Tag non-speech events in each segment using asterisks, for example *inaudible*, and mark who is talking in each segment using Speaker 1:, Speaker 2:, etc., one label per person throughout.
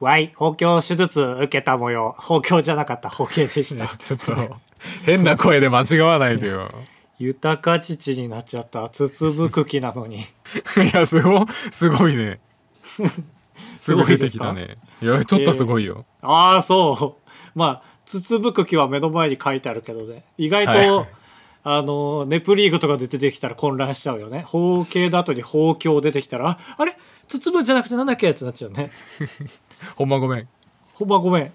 Speaker 1: Y、包協手術受けた模様。包協じゃなか *laughs* った、包茎でした。
Speaker 2: ちょっと、変な声で間違わない
Speaker 1: *laughs*
Speaker 2: でよ。
Speaker 1: 豊か父になっちゃった。つつぶくきなの *laughs* に。
Speaker 2: いや、すご、すごいね。すごい出てきたね。いや、ちょっとすごいよ。
Speaker 1: ああ、そう。 *laughs* まあ、つつぶくきは目の前に書いてあるけどね。意外と、
Speaker 2: はい
Speaker 1: *laughs* あの、ネプリーグとかで出てきたら混乱しちゃうよね。包茎だ後に包協出てきたら、ああれつつぶじゃなくてなんだっけってなっちゃうね。
Speaker 2: ほんまごめん。
Speaker 1: ほんまごめん。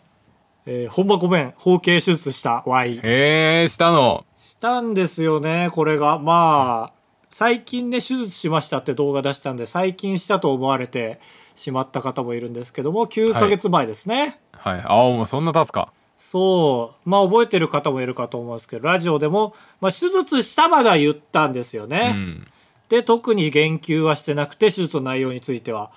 Speaker 1: えーほんまごめん。包茎手術した。Y。
Speaker 2: えー、したの。
Speaker 1: したんですよね、これが。まあ、最近ね、手術しましたって動画出したんで、最近したと思われてしまった方もいるんですけども、9ヶ月前ですね。
Speaker 2: はい。ああ、もうそんな経つか。
Speaker 1: そう、まあ覚えてる方もいるかと思うんですけど、ラジオでも、まあ手術したまだ言ったんですよ
Speaker 2: う
Speaker 1: ね。
Speaker 2: ん。
Speaker 1: で、特に言及はしてなくて、手術の内容については。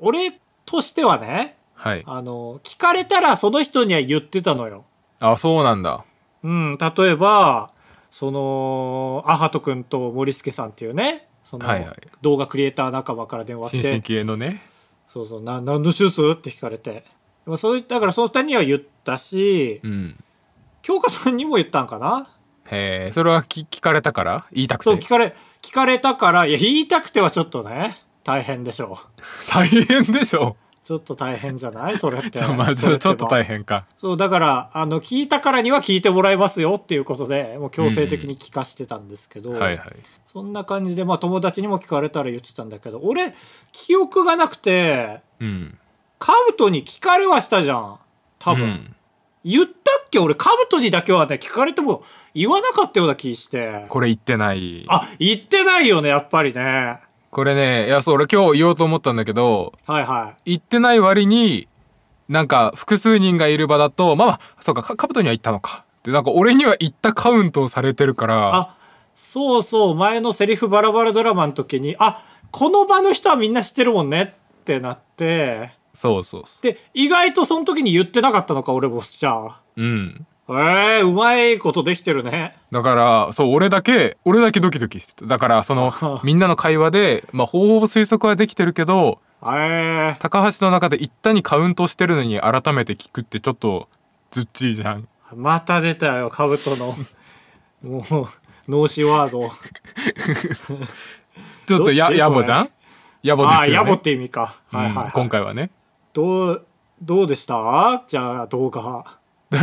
Speaker 1: 俺としてはね、
Speaker 2: はい。
Speaker 1: あの、聞かれたらその人には言ってたのよ。
Speaker 2: あ、そうなんだ。
Speaker 1: うん、例えば、その、アハト君と森助さんっていうね、その、
Speaker 2: はいはい
Speaker 1: 動画クリエイター仲間から電話
Speaker 2: 新
Speaker 1: して
Speaker 2: 進、気鋭のね。
Speaker 1: そうそう、な何の手術って聞かれて。まあ、そういだからその二人には言ったし、
Speaker 2: うん。
Speaker 1: 京香さんにも言ったんかな
Speaker 2: へえ、それは聞聞かれたから言いたく
Speaker 1: そう
Speaker 2: て
Speaker 1: 聞。かれ聞かれたからいや言いたくてはちょっとね大変でしょう
Speaker 2: 大変でしょ。
Speaker 1: ちょっと大変じゃないそれって
Speaker 2: じゃあ、 *laughs* まあ、ち
Speaker 1: それ
Speaker 2: ょ
Speaker 1: て
Speaker 2: ちょっと
Speaker 1: まあ
Speaker 2: 大変か。
Speaker 1: そうだからあの聞いたからには聞いてもらいますよっていうことでもう強制的に聞かしてたんですけど、
Speaker 2: はいはい。
Speaker 1: そんな感じで、まあ、友達にも聞かれたら言ってたんだけど俺記憶がなくて
Speaker 2: うん。
Speaker 1: カブトに聞かれはしたじゃん多分、
Speaker 2: うん
Speaker 1: 言ったっけ俺カブトにだけはね聞かれても言わなかったような気して
Speaker 2: これ言ってない。
Speaker 1: あ言ってないよねやっぱりねは
Speaker 2: これね、いや、そう、俺今日言おうと思ったんだけど、
Speaker 1: いはい
Speaker 2: 行ってない割になんか複数人がいる場だとまあまあそうかかカブトには行ったのかでなんか俺には行ったカウントをされてるから
Speaker 1: あそうそう前のセリフバラバラドラマの時にあこの場の人はみんな知ってるもんねってなって
Speaker 2: そうそうそ
Speaker 1: で意外とその時に言ってなかったのか俺ボスちゃん
Speaker 2: ううん
Speaker 1: えー、うまいことできてるね
Speaker 2: だからそう俺だけ俺だけドキドキしてただから
Speaker 1: *laughs*
Speaker 2: そのみんなの会話でまあほぼほぼ推測はできてるけど
Speaker 1: えー、
Speaker 2: 高橋の中で行ったにカウントしてるのに改めて聞くってちょっとずっちいじゃん
Speaker 1: また出たよカブト
Speaker 2: *laughs*
Speaker 1: のもう脳死ワード
Speaker 2: ちょっとや
Speaker 1: どっち
Speaker 2: 野暮じゃん野暮
Speaker 1: あ
Speaker 2: で
Speaker 1: あ
Speaker 2: すよね
Speaker 1: 野暮って意味か、はいはい、は
Speaker 2: うん
Speaker 1: い、
Speaker 2: 今回はね *laughs*
Speaker 1: どうどうでしたじゃあ動画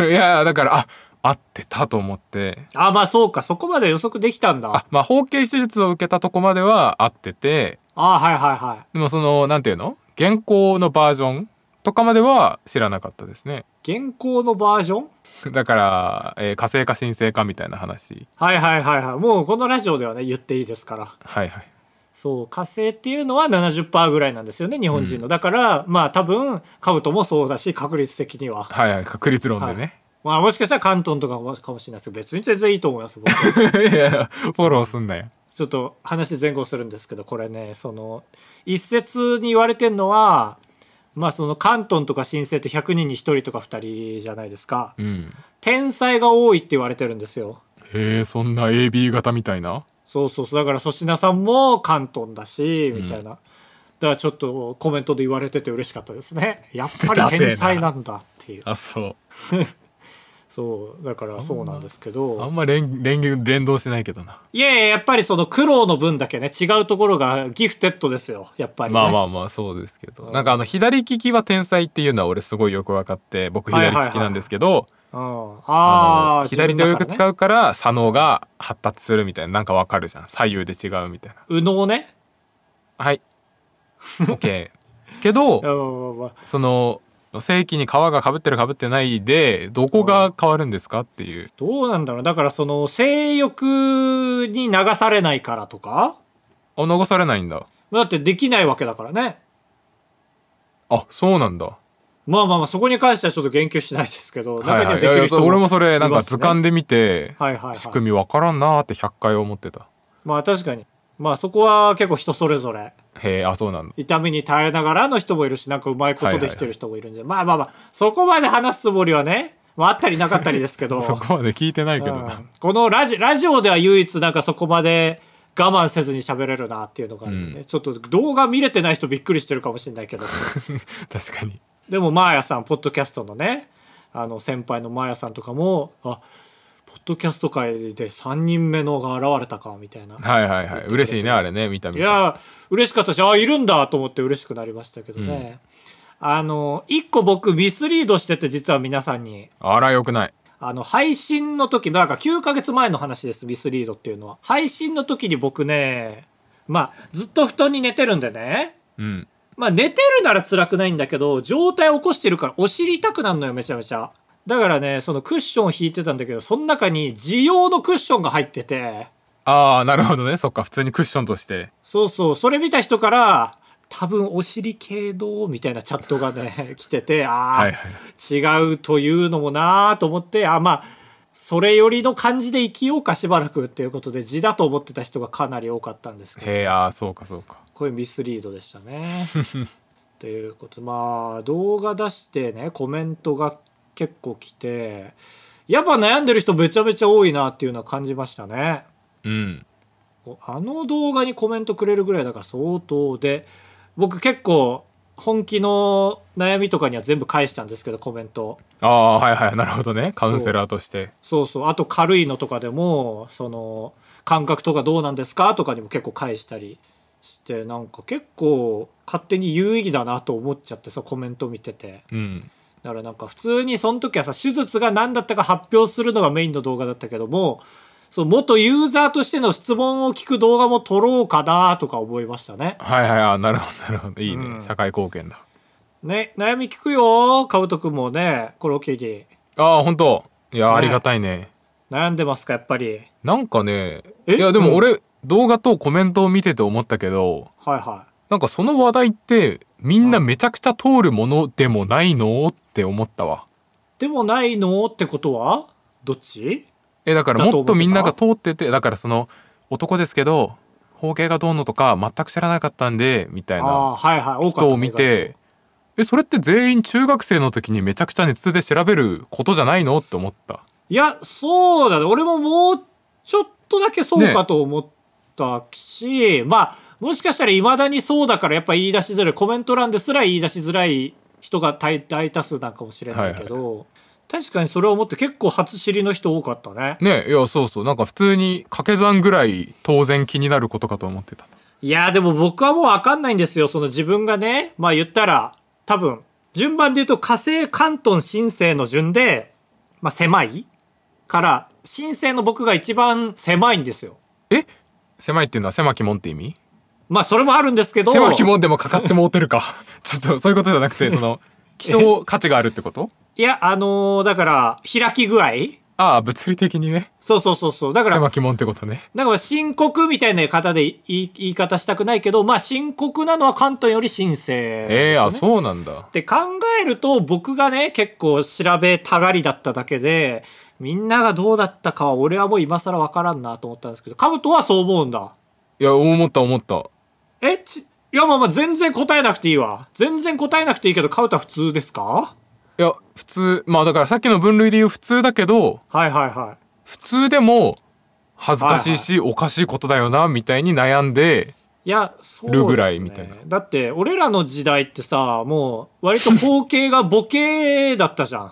Speaker 2: いやだからあ合ってたと思って
Speaker 1: あまあそうかそこまで予測できたんだ
Speaker 2: あまあ包茎手術を受けたとこまでは合ってて
Speaker 1: ああはいはいはい
Speaker 2: でもそのなんていうの原稿のバージョンとかまでは知らなかったですね *laughs*
Speaker 1: 現行のバージョン
Speaker 2: だから、えー、火星か神星かみたいな話
Speaker 1: はいはいはいはい。もうこのラジオではね、言っていいですから。
Speaker 2: はいはい
Speaker 1: そう、火星っていうのは70%ぐらいなんですよね、日本人の。だから、まあ多分、カブトもそうだし、確率的には。
Speaker 2: はいはい確率論でね、
Speaker 1: まあもしかしたら関東とかもかもしれないですけど、別に全然いいと思います、僕
Speaker 2: *laughs* い、やいやフォローすんなよ
Speaker 1: ちょっと話前後するんですけど、これね、その、一説に言われてるのは、まあその関東とか新星って100人に1人とか2人じゃないですか。
Speaker 2: うん
Speaker 1: 天才が多いって言われてるんですよ。
Speaker 2: へえそんな AB 型みたいな
Speaker 1: そうそうそうだから粗品さんも関東だしみたいな、だからちょっとコメントで言われてて嬉しかったです
Speaker 2: *laughs*
Speaker 1: ねやっぱり天才なんだっていう
Speaker 2: あそ
Speaker 1: そうだからそうなんですけ
Speaker 2: うあ
Speaker 1: ど
Speaker 2: んま連連連動してないけどない
Speaker 1: やいややっぱりその苦労の分だけね違うところがギフテッドですよやっぱり、ね、
Speaker 2: まあま
Speaker 1: あ
Speaker 2: あまあそうですけどなんかあの左利きは天才っていうのは俺すごいよく分かって僕左利きなんですけど、
Speaker 1: うん、あ
Speaker 2: あの
Speaker 1: ー
Speaker 2: 左手をよく使
Speaker 1: う
Speaker 2: うから左脳が発達するみたいななんかわかるじゃん左右で違うみたいな
Speaker 1: 右脳ね
Speaker 2: はい OK け
Speaker 1: い
Speaker 2: ど
Speaker 1: やまあまあまあ
Speaker 2: その正規に皮がかぶってるかぶってないでどこが変わるんですかっていう
Speaker 1: どうなんだろうだからその性欲に流されないからとか
Speaker 2: あ残されないんだ
Speaker 1: だってできないわけだからね
Speaker 2: あそうなんだ
Speaker 1: まあまあまあ、そこに関してはちょっと言及しないですけど、
Speaker 2: はい
Speaker 1: 中に
Speaker 2: はいいやいやそう俺もそれなん
Speaker 1: い
Speaker 2: か
Speaker 1: ますね
Speaker 2: 図鑑で見て
Speaker 1: はいはい、
Speaker 2: 仕
Speaker 1: はい。
Speaker 2: 組みわからんなーって100回思ってた
Speaker 1: まあ確かに。まあそこは結構人それぞれ。
Speaker 2: へえあそうなんだ
Speaker 1: 痛みに耐えながらの人もいるし、なんかうまいことできてる人もいるんで。まあまあまあ、そこまで話すつもりはね、まああったりなかったりですけど。
Speaker 2: *laughs* そこまで聞いてないけど
Speaker 1: う
Speaker 2: なん
Speaker 1: このラジラジオでは唯一なんかそこまで我慢せずに喋れるなっていうのがあるんでね、ちょっと動画見れてない人びっくりしてるかもしれないけど。
Speaker 2: 確かに
Speaker 1: でもマーヤさんポッドキャストのねあの先輩のマーヤさんとかもあポッドキャスト界で3人目のが現れたかみたいな、
Speaker 2: はいはいはい嬉しいねあれね見た
Speaker 1: い、
Speaker 2: 見た
Speaker 1: や嬉しかったしあいるんだと思って嬉しくなりましたけどね、あの一個僕ミスリードしてて実は皆さんに
Speaker 2: あらよくない
Speaker 1: あの配信の時なんか9ヶ月前の話ですミスリードっていうのは配信の時に僕ねまあずっと布団に寝てるんでね
Speaker 2: うん
Speaker 1: まあ寝てるなら辛くないんだけど、状態起こしてるからお尻痛くなるのよ、めちゃめちゃ。だからね、そのクッションを引いてたんだけど、その中に自用のクッションが入ってて、
Speaker 2: ああなるほどねそっか普通にクッションとして
Speaker 1: そうそう、それ見た人から、多分お尻系どうみたいなチャットがね、 *laughs* 来てて、ああ、
Speaker 2: はいは
Speaker 1: 違うというのもなーと思って、あまあ、それよりの感じで生きようかしばらくっていうことで、字だと思ってた人がかなり多かったんですけど。
Speaker 2: へえああそうかそうか
Speaker 1: これミスリードでしたね。ということまあ動画出してねコメントが結構来てやっぱ悩んでる人めちゃめちゃ多いなっていうのは感じましたね。
Speaker 2: うん
Speaker 1: こうあの動画にコメントくれるぐらいだから相当で僕結構本気の悩みとかには全部返したんですけどコメント
Speaker 2: ああはいはいなるほどねカウンセラーとして
Speaker 1: そうそうあと軽いのとかでもその感覚とかどうなんですかとかにも結構返したりしてなんか結構勝手に有意義だなと思っちゃってそのコメント見てて
Speaker 2: うん
Speaker 1: だからなんか普通にその時はさ手術が何だったか発表するのがメインの動画だったけどもそう元ユーザーとしての質問を聞く動画も撮ろうかなとか思いましたね。
Speaker 2: はいはいあーなるほどなるほどいいね、
Speaker 1: うん
Speaker 2: 社会貢献だ
Speaker 1: ね悩み聞くよカブト君もねこれを機に
Speaker 2: ああ本当いや、
Speaker 1: ね
Speaker 2: ありがたいね
Speaker 1: 悩んでますかやっぱり。
Speaker 2: なんかねい
Speaker 1: え
Speaker 2: やで
Speaker 1: う
Speaker 2: も
Speaker 1: ん
Speaker 2: 俺、動画とコメントを見てて思ったけど
Speaker 1: はいは
Speaker 2: なんかその話題ってみんなめちゃくちゃ通るものでもないのって思ったわ
Speaker 1: い。でもないのってことはどっち
Speaker 2: えだから
Speaker 1: だと
Speaker 2: もっとみんな
Speaker 1: 思
Speaker 2: が
Speaker 1: って
Speaker 2: 通っててだからその男ですけど包茎がどうのとか全く知らなかったんでみたい
Speaker 1: あ
Speaker 2: な
Speaker 1: あーはいはい、多かった
Speaker 2: 人を見てえそれって全員中学生の時にめちゃくちゃネットで調べることじゃないのって思った
Speaker 1: いやそうだね俺ももうちょっとだけそうかと思ったし、まあもしかしたらいまだにそうだからやっぱ言い出しづらいコメント欄ですら言い出しづらい人が大大多数なんかもしれないけど、確かにそれを思って結構初知りの人多かったね
Speaker 2: ねいやそうそうなんか普通に掛け算ぐらい当然気になることかと思ってた
Speaker 1: いやでも僕はもう分かんないんですよその自分がねまあ言ったら多分順番で言うと火星関東新生の順で、まあ、狭いから新生の僕が一番狭いんですよ
Speaker 2: え狭いっていうのは狭き門って意味
Speaker 1: まあそれもあるんですけど
Speaker 2: 狭き門でもかかってもうてるか *laughs* ちょっとそういうことじゃなくてその希少価値があるってこと
Speaker 1: いやあのーだから開き具合
Speaker 2: ああ物理的にね
Speaker 1: そうそうそうそうだから
Speaker 2: 狭き門ってことね
Speaker 1: だから深刻みたいな方で言い言い方したくないけどまあ深刻なのは関東より新生ですよね、
Speaker 2: ええあそうなんだ
Speaker 1: って考えると僕がね結構調べたがりだっただけでみんながどうだったかは俺はもう今更わからんなと思ったんですけどカブトはそう思うんだ
Speaker 2: いや思った思った
Speaker 1: えちいやまあまあ全然答えなくていいわ全然答えなくていいけどカブトは普通ですか
Speaker 2: いや普通まあだからさっきの分類で言う普通だけど
Speaker 1: はいはいはい
Speaker 2: 普通でも恥ずかしいし、おかしいことだよなみたいに悩んで
Speaker 1: いや、そう
Speaker 2: るぐらいみたいな
Speaker 1: だって、俺らの時代ってさ、もう、割と包茎がボケだったじゃん。い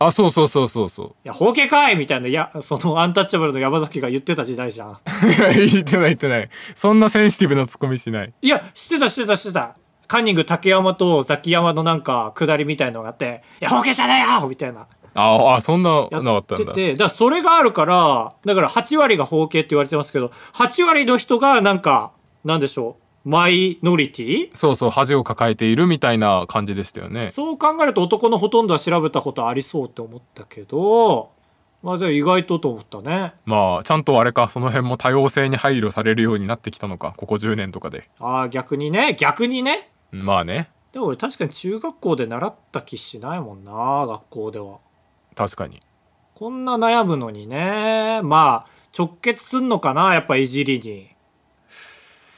Speaker 2: あそうそうそうそうそ
Speaker 1: や、包茎かいみたいな、いや、その、アンタッチャブルの山崎が言ってた時代じゃん。
Speaker 2: う *laughs* いや言ってない言ってないそんなセンシティブなツッコミしない
Speaker 1: いや、してたしてたしてた。カンニング竹山とザキヤマのなんか、下りみたいのがあって、いや、包茎じゃねえよみたいな。
Speaker 2: ああそんな
Speaker 1: や
Speaker 2: なかった
Speaker 1: って
Speaker 2: んだ
Speaker 1: て、だからそれがあるから、だから8割が包茎って言われてますけど、8割の人がなんか、なんでしょう、マイノリティ
Speaker 2: そうそう恥を抱えているみたいな感じでしたよね
Speaker 1: そう考えると男のほとんどは調べたことありそうって思ったけど、まあでも意外とと思ったね。
Speaker 2: まあちゃんとあれかその辺も多様性に配慮されるようになってきたのかここ10年とかで
Speaker 1: ああ、逆にね、逆にね。
Speaker 2: まあね
Speaker 1: でも俺確かに中学校で習った気しないもんな、学校では。
Speaker 2: 確かに
Speaker 1: こんな悩むのにね、まあ直結すんのかな、やっぱいじりに。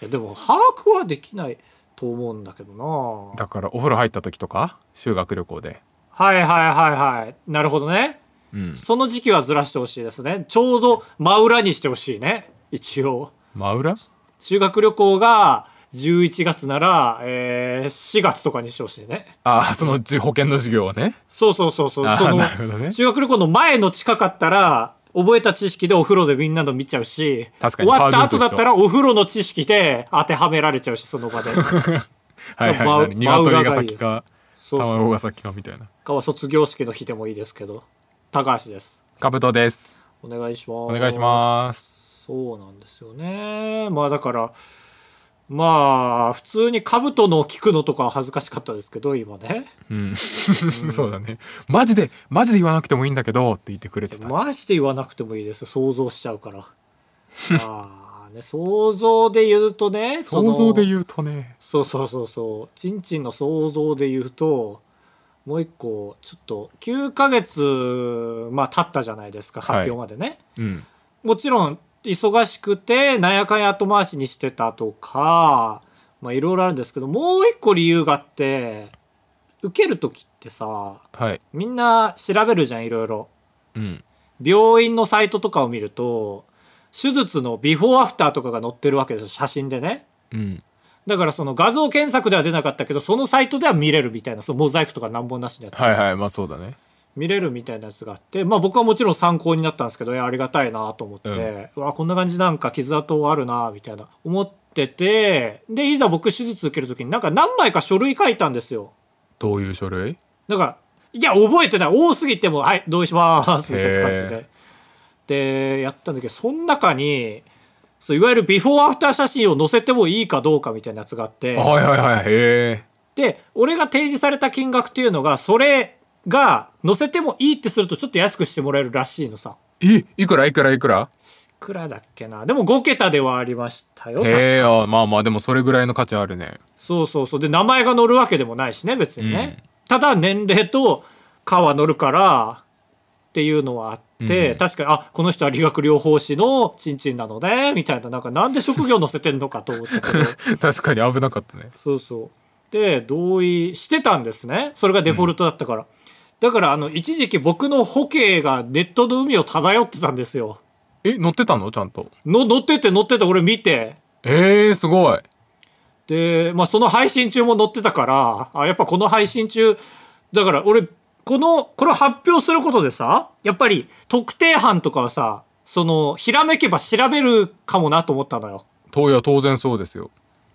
Speaker 1: いやでも把握はできないと思うんだけどな。
Speaker 2: だからお風呂入った時とか修学旅行で
Speaker 1: はいはいはいはい。なるほどね。
Speaker 2: うん
Speaker 1: その時期はずらしてほしいですね。ちょうど真裏にしてほしいね。一応。
Speaker 2: 真裏
Speaker 1: 修学旅行が11月なら、えー4月とかにしてほしいね。
Speaker 2: ああそのじ保険の授業はね
Speaker 1: そうそうそうそう。
Speaker 2: あ
Speaker 1: そ
Speaker 2: あ
Speaker 1: の
Speaker 2: なるほどね
Speaker 1: 修学旅行の前の近かったら、覚えた知識でお風呂でみんなの見ちゃうし、
Speaker 2: 確か
Speaker 1: 終
Speaker 2: に
Speaker 1: わった
Speaker 2: パー
Speaker 1: 後
Speaker 2: ジュンと一緒
Speaker 1: だったらお風呂の知識で当てはめられちゃうし、その
Speaker 2: *laughs*
Speaker 1: 場で。
Speaker 2: はいはい、
Speaker 1: まあ
Speaker 2: はい、鶏が先か
Speaker 1: そうそう
Speaker 2: 卵が先かみたいな
Speaker 1: かは卒業式の日でもいいですけど。高橋です。
Speaker 2: カブトです
Speaker 1: お願いします。
Speaker 2: お願いします
Speaker 1: そうなんですよね。まあだから、まあ、普通に兜の聞くのとかは恥ずかしかったですけど、今ね。
Speaker 2: うん *laughs* そうだねマジでマジで言わなくてもいいんだけどって言ってくれてた
Speaker 1: マジで言わなくてもいいですよ想像しちゃうから
Speaker 2: *laughs*
Speaker 1: あー、ね、想像で言うとねそ
Speaker 2: 想
Speaker 1: の
Speaker 2: 像で言うとね
Speaker 1: そうそうそうそうちんちんの想像で言うともう一個ちょっと9ヶ月まあ経ったじゃないですか
Speaker 2: はい
Speaker 1: 発表までね、
Speaker 2: うん
Speaker 1: もちろん忙しくてなんやかんや後回しにしてたとかまあいろいろあるんですけどもう一個理由があって受ける時ってさ
Speaker 2: はい
Speaker 1: みんな調べるじゃんいろいろ
Speaker 2: うん
Speaker 1: 病院のサイトとかを見ると手術のビフォーアフターとかが載ってるわけですよ写真でね
Speaker 2: うん
Speaker 1: だからその画像検索では出なかったけどそのサイトでは見れるみたいなそのモザイクとかなんぼなしのやつ、
Speaker 2: はいはいまあそうだね
Speaker 1: 見れるみたいなやつがあってまあ僕はもちろん参考になったんですけどいやありがたいなと思って、う
Speaker 2: うん
Speaker 1: わこんな感じなんか傷跡あるなみたいな思っててでいざ僕手術受ける時になんか何枚か書類書いたんですよ
Speaker 2: どういう書類
Speaker 1: だから、いや、覚えてない。多すぎても、はい、同意します。みたいな感じで。で、やったんだけど、その中に、そういわゆるビフォーアフター写真を載せてもいいかどうかみたいなやつがあって、
Speaker 2: はいはいはいへ
Speaker 1: で、俺が提示された金額っていうのが、それが載せてもいいってするとちょっと安くしてもらえるらしいのさ。
Speaker 2: ええいくらいくらいくら
Speaker 1: いくらだっけな。でも5桁ではありましたよ。確か
Speaker 2: へえあまあまあでもそれぐらいの価値あるね *laughs*
Speaker 1: そうそうそう。で、名前が載るわけでもないしね、別にね。ただ、年齢と、科は載るから、っていうのはあって、
Speaker 2: うん
Speaker 1: 確かに、あ、この人は理学療法士のチンチンなのね、みたいな、なんか、なんで職業載せてんのかと思った
Speaker 2: *laughs*
Speaker 1: けど、
Speaker 2: 確かに危なかったね
Speaker 1: そうそう。で、同意してたんですね。それがデフォルトだったから。だから、あの、一時期僕の保険がネットの海を漂ってたんですよ。
Speaker 2: え乗ってたのちゃんと
Speaker 1: の、乗ってて乗ってて、俺見て。
Speaker 2: ええすごい
Speaker 1: で、まあ、その配信中も載ってたから、あ、やっぱこの配信中、だから俺、この、これを発表することでさ、やっぱり特定班とかはさ、その、ひらめけば調べるかもなと思ったのよ。
Speaker 2: 当や当然そうですよ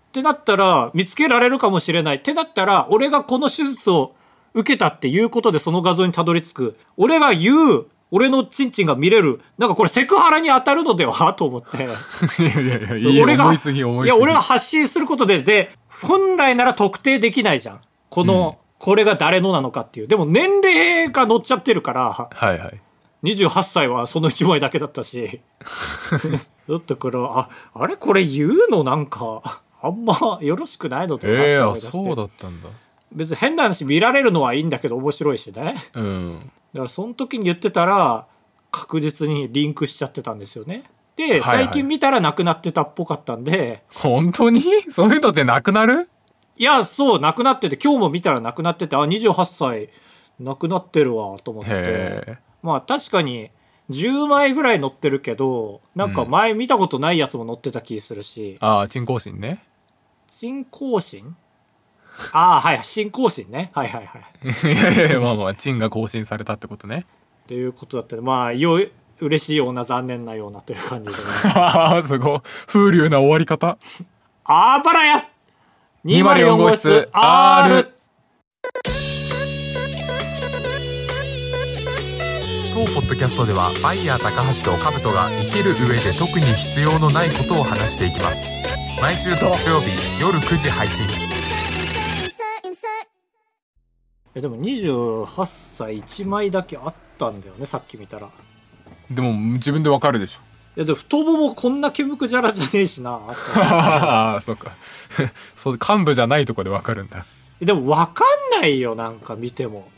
Speaker 1: ってなったら、見つけられるかもしれない。ってなったら、俺がこの手術を受けたっていうことでその画像にたどり着く。俺が言う、俺のチンチンが見れる。なんかこれセクハラに当たるのではと思って。
Speaker 2: いやいやいや、いい
Speaker 1: 俺が
Speaker 2: 思いすぎ思いすぎ。
Speaker 1: や俺が発信することでで本来なら特定できないじゃんこの、これが誰のなのかっていうでも年齢が乗っちゃってるから
Speaker 2: はいはい。
Speaker 1: 28歳はその1枚だけだった
Speaker 2: *laughs*
Speaker 1: しだったからああれこれ言うのなんかあんまよろしくないのとか
Speaker 2: ええあ、
Speaker 1: って思
Speaker 2: そ
Speaker 1: いう出
Speaker 2: だ
Speaker 1: して
Speaker 2: ったんだ。
Speaker 1: 別に変な話見られるのはいいんだけど面白いしねだか
Speaker 2: うん。
Speaker 1: らその時に言ってたら確実にリンクしちゃってたんですよねで、
Speaker 2: いはい
Speaker 1: 最近見たらなくなってたっぽかったんで
Speaker 2: 本当に *laughs* そういうのってなくなる
Speaker 1: いや、そう、なくなってて、今日も見たらなくなってて、あ、28歳、なくなってるわ、と思って。
Speaker 2: へ
Speaker 1: まあ、確かに、10枚ぐらい載ってるけど、なんか前見たことないやつも載ってた気するし
Speaker 2: え。、ああ、鎮更神ね。 *laughs*
Speaker 1: 新更新ああ、はい、新更新ね。はいはいはい。
Speaker 2: いやいやいやまあまあ、鎮が更新されたってことね。 *laughs*
Speaker 1: ということだったので、まあ、よい、嬉しいような、残念なようなという感
Speaker 2: *laughs*
Speaker 1: じで、ね。
Speaker 2: ああ、すごい。風流な終わり方。
Speaker 1: あばらや
Speaker 2: 204号室 R 当ポッドキャストではバイヤー高橋とカブトが生きる上で特に必要のないことを話していきます毎週土曜日夜9時配信
Speaker 3: insert, insert.
Speaker 1: えでも28歳1枚だけあったんだよね、さっき見たら。
Speaker 2: でも自分でわかるでしょ *laughs*
Speaker 1: いやでも太ももこんな毛むくじゃらじゃねえしな
Speaker 2: ああそうか *laughs* そう幹部じゃないとこでわかるんだ
Speaker 1: でも分かんないよなんか見ても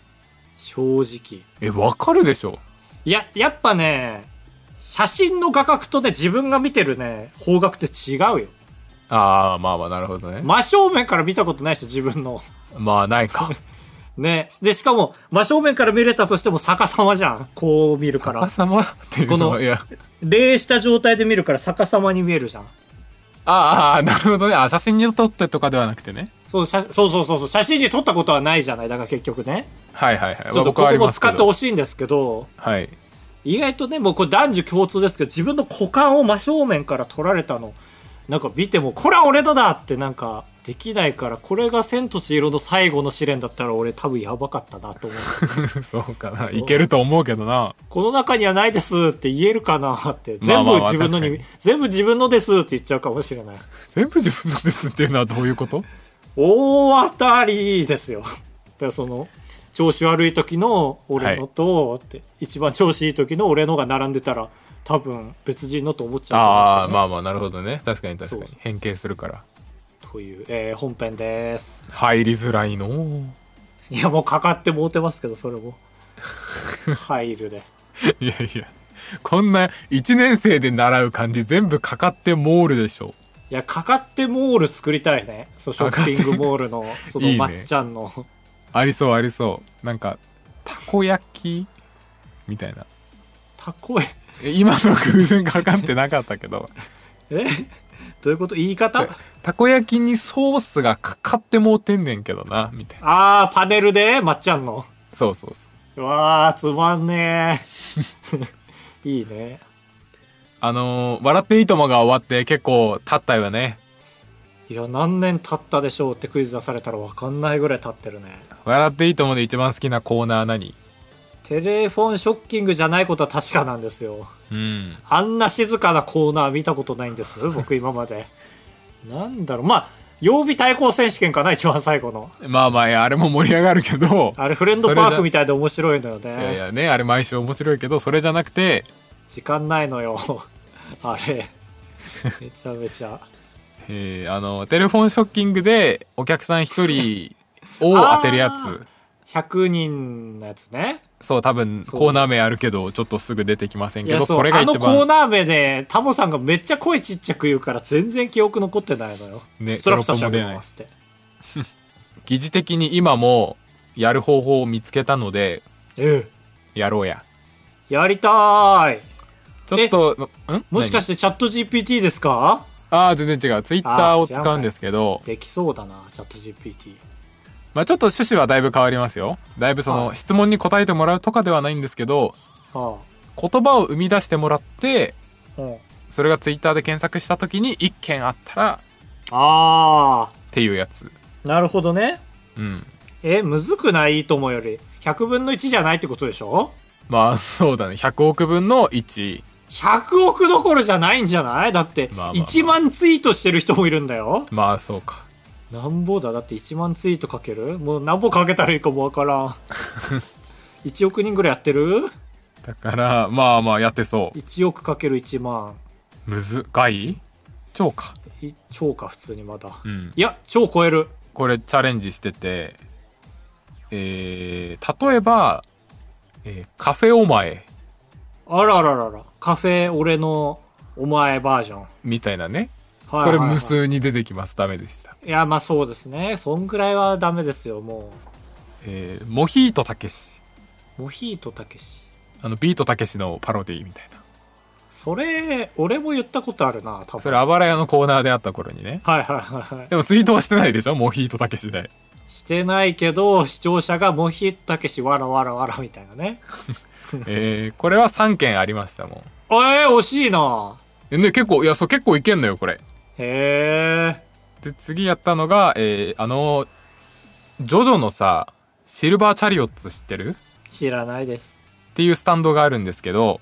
Speaker 1: 正直
Speaker 2: えわかるでしょ
Speaker 1: いややっぱね写真の画角とね自分が見てるね方角って違うよ
Speaker 2: ああまあまあなるほどねま
Speaker 1: 真正面から見たことないでしょ自分の
Speaker 2: あないか
Speaker 1: ねでしかも真正面から見れたとしても逆さまじゃんこう見るか
Speaker 2: 逆
Speaker 1: ら
Speaker 2: さまっていうの
Speaker 1: この
Speaker 2: はいや
Speaker 1: 礼した状態で見るから逆さまに見えるじゃん
Speaker 2: あーあーなるほどねあ写真に撮ってとかではなくてね
Speaker 1: そう写そうそうそうそう写真に撮ったことはないじゃないだから結局ね
Speaker 2: はいはいはい
Speaker 1: ちょっと
Speaker 2: 僕
Speaker 1: こ
Speaker 2: はあ
Speaker 1: こ
Speaker 2: り
Speaker 1: も
Speaker 2: ます
Speaker 1: 使
Speaker 2: け
Speaker 1: ってほ
Speaker 2: ど
Speaker 1: しいんですけど
Speaker 2: はい *laughs*
Speaker 1: 意外とねもうこれ男女共通ですけど自分の股間を真正面から取られたのなんか見てもこれは俺のだってなんかできないからこれが「千と千尋」の最後の試練だったら俺多分やばかったなと思う *laughs*
Speaker 2: そうかな
Speaker 1: そう
Speaker 2: いけると思うけどな
Speaker 1: この中にはないですって言えるかなって
Speaker 2: まあ
Speaker 1: 全
Speaker 2: まあ
Speaker 1: 部
Speaker 2: まあ
Speaker 1: 自分のに,、
Speaker 2: 確かに
Speaker 1: 全部自分のですって言っちゃうかもしれない
Speaker 2: 全部自分のですっていうのはどういうこと
Speaker 1: 大当たりですよだからその調子悪い時の俺のと、って一番調子いい時の俺のが並んでたら多分別人のと思っちゃうと思うんですよね
Speaker 2: ああまあまあなるほどね確かに確かに
Speaker 1: そう
Speaker 2: 変形するから
Speaker 1: という、えー本編です。
Speaker 2: 入りづらいのう
Speaker 1: いや、もうかかってもうてますけど、それ
Speaker 2: *laughs*
Speaker 1: も。入るで。
Speaker 2: いやいやこんな1年生で習う漢字全部かかってモールでしょ
Speaker 1: いや、かかってモール作りたいね。そう、ショッピングモールの、その
Speaker 2: いいね
Speaker 1: まっちゃんの。
Speaker 2: ありそうありそうなんかたこ焼きみたいな
Speaker 1: たこえ、
Speaker 2: え今のは偶然かかってなかったけ
Speaker 1: *laughs*
Speaker 2: ど
Speaker 1: えどういうこと言い方
Speaker 2: たこ焼きにソースがかかってもうてんねんけどなみたいな
Speaker 1: あー、パネルでまっちゃんの。
Speaker 2: そうそうそう
Speaker 1: うわー、つまんね
Speaker 2: *laughs*
Speaker 1: え。いいね。
Speaker 2: あのー笑っていいとも」が終わって結構経ったよね
Speaker 1: いや、何年経ったでしょうってクイズ出されたらわかんないぐらい経ってるね。
Speaker 2: 「笑っていいとも」で一番好きなコーナー何
Speaker 1: テレフォンショッキングじゃないことは確かなんですよ。
Speaker 2: うん
Speaker 1: あんな静かなコーナー見たことないんです、 *laughs* 僕今まで。なんだろう、まあ、曜日対抗選手権かな、一番最後の。
Speaker 2: まあまあいやあれも盛り上がるけど
Speaker 1: あれ、フレンドパークみたいで面白いのよ
Speaker 2: いやい
Speaker 1: ね。
Speaker 2: やねあれ毎週面白いけどそれじゃなくて
Speaker 1: 時間ないのよ。 *laughs* あれ。めちゃめちゃ。
Speaker 2: えーあのテレフォンショッキングでお客さん一人を当てるや
Speaker 1: あー
Speaker 2: つ
Speaker 1: 100人のやつね。
Speaker 2: そう多分
Speaker 1: そう
Speaker 2: コーナー名あるけどちょっとすぐ出てきません
Speaker 1: い
Speaker 2: け
Speaker 1: や、
Speaker 2: ど
Speaker 1: そう
Speaker 2: それが
Speaker 1: あの
Speaker 2: 一
Speaker 1: コー
Speaker 2: 番
Speaker 1: ナー名で、タモさんがめっちゃ声ちっちゃく言うから全然記憶残ってないのよ。
Speaker 2: ね
Speaker 1: ストラップ差し
Speaker 2: テロ
Speaker 1: 上
Speaker 2: ップ
Speaker 1: げ
Speaker 2: も出ない
Speaker 1: ますって。
Speaker 2: 疑似的に今もやる方法を見つけたので
Speaker 1: え
Speaker 2: やろうや
Speaker 1: え。やりたーい。
Speaker 2: ちょっとん
Speaker 1: もしかしてチャット GPT ですか
Speaker 2: ああー全然違うツイッターを使うんですけど
Speaker 1: できそうだな、チャット GPT。
Speaker 2: まあちょっと趣旨はだいぶ変わりますよだいぶそ
Speaker 1: は
Speaker 2: の
Speaker 1: い
Speaker 2: 質問に答えてもらうとかではないんですけど
Speaker 1: は
Speaker 2: 言葉を生み出してもらって
Speaker 1: あ、うん、
Speaker 2: それがツイッターで検索した時に1件あったら
Speaker 1: あ
Speaker 2: っていうやつ
Speaker 1: ーなるほどね
Speaker 2: うん
Speaker 1: えむずくないいいと思うより100分の1じゃないってことでしょ
Speaker 2: まあそうだね100億分の1
Speaker 1: 100億どころじゃないんじゃないだって
Speaker 2: まあまあまあ
Speaker 1: 1万ツイートしてる人もいるんだよ、
Speaker 2: まあそうか
Speaker 1: なんぼだだって1万ツイートかけるもうなんぼかけたらいいかもわから
Speaker 2: *laughs*
Speaker 1: ん1億人ぐらいやってる
Speaker 2: だからまあまあやってそう
Speaker 1: ?1 億かける1万
Speaker 2: むずがい超か
Speaker 1: い超か普通にまだ、
Speaker 2: うん
Speaker 1: いや超超える
Speaker 2: これチャレンジしててえー、例えば、えーカフェお前
Speaker 1: あらあらららカフェ俺のお前バージョン、はい
Speaker 2: みたいなね
Speaker 1: はいは
Speaker 2: こ
Speaker 1: い
Speaker 2: れ無数に出てきますダメでした
Speaker 1: いや、まあそうですね。そんぐらいはダメですよ、も
Speaker 2: えーモヒートたけし
Speaker 1: う。モヒートたけし。
Speaker 2: あのビートたけしのパロディみたいな
Speaker 1: それ、俺も言ったことあるな、多分。
Speaker 2: それあばら屋のコーナーであった頃にね
Speaker 1: はいはいはいはい。
Speaker 2: でもツイートはしてないでしょモヒートたけ
Speaker 1: *laughs*
Speaker 2: しで
Speaker 1: してないけど、視聴者がモヒートたけし、わらわらわらみたいなね。
Speaker 2: えーこれは3件ありましたもん
Speaker 1: えー、惜しいな
Speaker 2: えね結構いやそう結構いけんのよこれ
Speaker 1: へえ。
Speaker 2: で次やったのが、えーあのジョジョのさシルバーチャリオッツ知ってる
Speaker 1: 知らないです。
Speaker 2: っていうスタンドがあるんですけど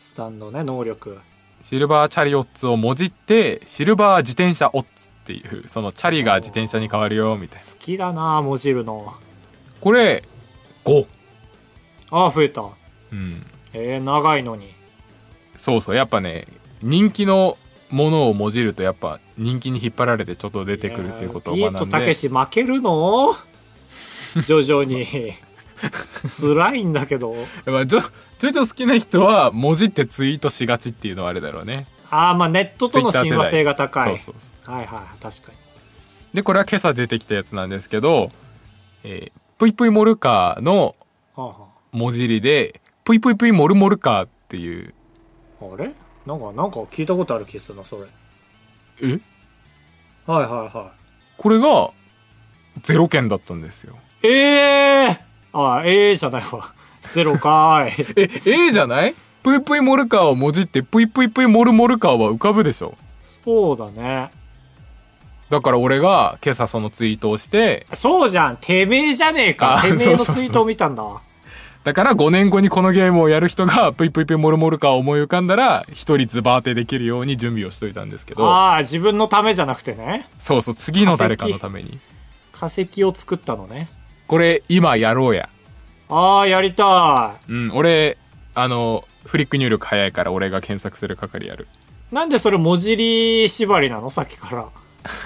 Speaker 1: スタンドね、能力。
Speaker 2: シルバーチャリオッツをもじってシルバー自転車オッツっていうそのチャリが自転車に変わるよみたいな
Speaker 1: 好きだなもじるの。
Speaker 2: これ5
Speaker 1: ああ、増えた。
Speaker 2: うん
Speaker 1: えー、長いのに。
Speaker 2: そうそうやっぱね人気のものをもじるとやっぱ人気に引っ張られてちょっと出てくるっていうことを
Speaker 1: いやー
Speaker 2: 学
Speaker 1: ビー
Speaker 2: んで
Speaker 1: トたけし負けるの徐々
Speaker 2: *laughs*
Speaker 1: に。辛いんだけど。
Speaker 2: まあジョジョジョ好きな人は文字ってツイートしがちっていうのはあれだろうね
Speaker 1: ああまあネットとの
Speaker 2: Twitter
Speaker 1: 親和性が高い
Speaker 2: そうそうそう
Speaker 1: はいはい確かに
Speaker 2: でこれは今朝出てきたやつなんですけど「えー、ぷいぷいモルカー」の
Speaker 1: はあ
Speaker 2: 文字入りで「ぷいぷいぷいモルモルカー」っていう
Speaker 1: はああれなんかなんか聞いたことある気するなそれ
Speaker 2: え
Speaker 1: はいはいは
Speaker 2: これが0件だったんですよ
Speaker 1: い。ええー、あ、ええー、じゃないわ。 *laughs* ゼロかーい。
Speaker 2: *laughs* え A じゃないぷいぷいモルカーをもじってぷいぷいぷいモルモルカーは浮かぶでしょ
Speaker 1: そうだね。
Speaker 2: だから俺が今朝そのツイートをして
Speaker 1: そうじゃん。てめえじゃねえか
Speaker 2: あ。
Speaker 1: てめえの
Speaker 2: そうそうそう
Speaker 1: ツイートを見たんだわ。
Speaker 2: だから5年後にこのゲームをやる人がぷいぷいぷいモルモルカーを思い浮かんだら一人ズバ当てできるように準備をしといたんですけど
Speaker 1: ああ、自分のためじゃなくてね。
Speaker 2: そうそう次の誰かのために
Speaker 1: 化石を作ったのね。
Speaker 2: これ今やろうや
Speaker 1: ああ、やりた
Speaker 2: うん俺あのフリック入力早いから俺が検索する係やる *laughs*
Speaker 1: い。なんでそれ、もじり縛りなのさっきか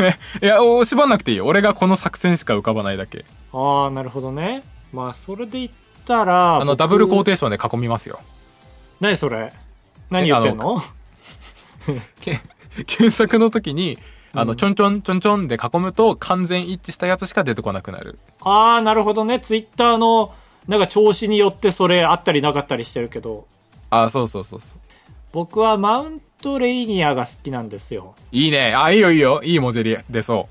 Speaker 1: ら。
Speaker 2: いやお縛んなくていいよ俺がこの作戦しか浮かばないだけ
Speaker 1: ああ、なるほどね。まあ、それで言ったら。
Speaker 2: あの
Speaker 1: 僕
Speaker 2: ダブルコーテーションで囲みますよ
Speaker 1: 何それ何言ってんの
Speaker 2: け検索の時にあの、ちょんちょんちょんちょんで囲むと完全一致したやつしか出てこなくなる
Speaker 1: ああ、なるほどね。ツイッターの、なんか調子によってそれあったりなかったりしてるけど、
Speaker 2: あそうそうそうそう
Speaker 1: 僕はマウントレイニアが好きなんですよ。
Speaker 2: いいねあいいよいいよいい文字で出そ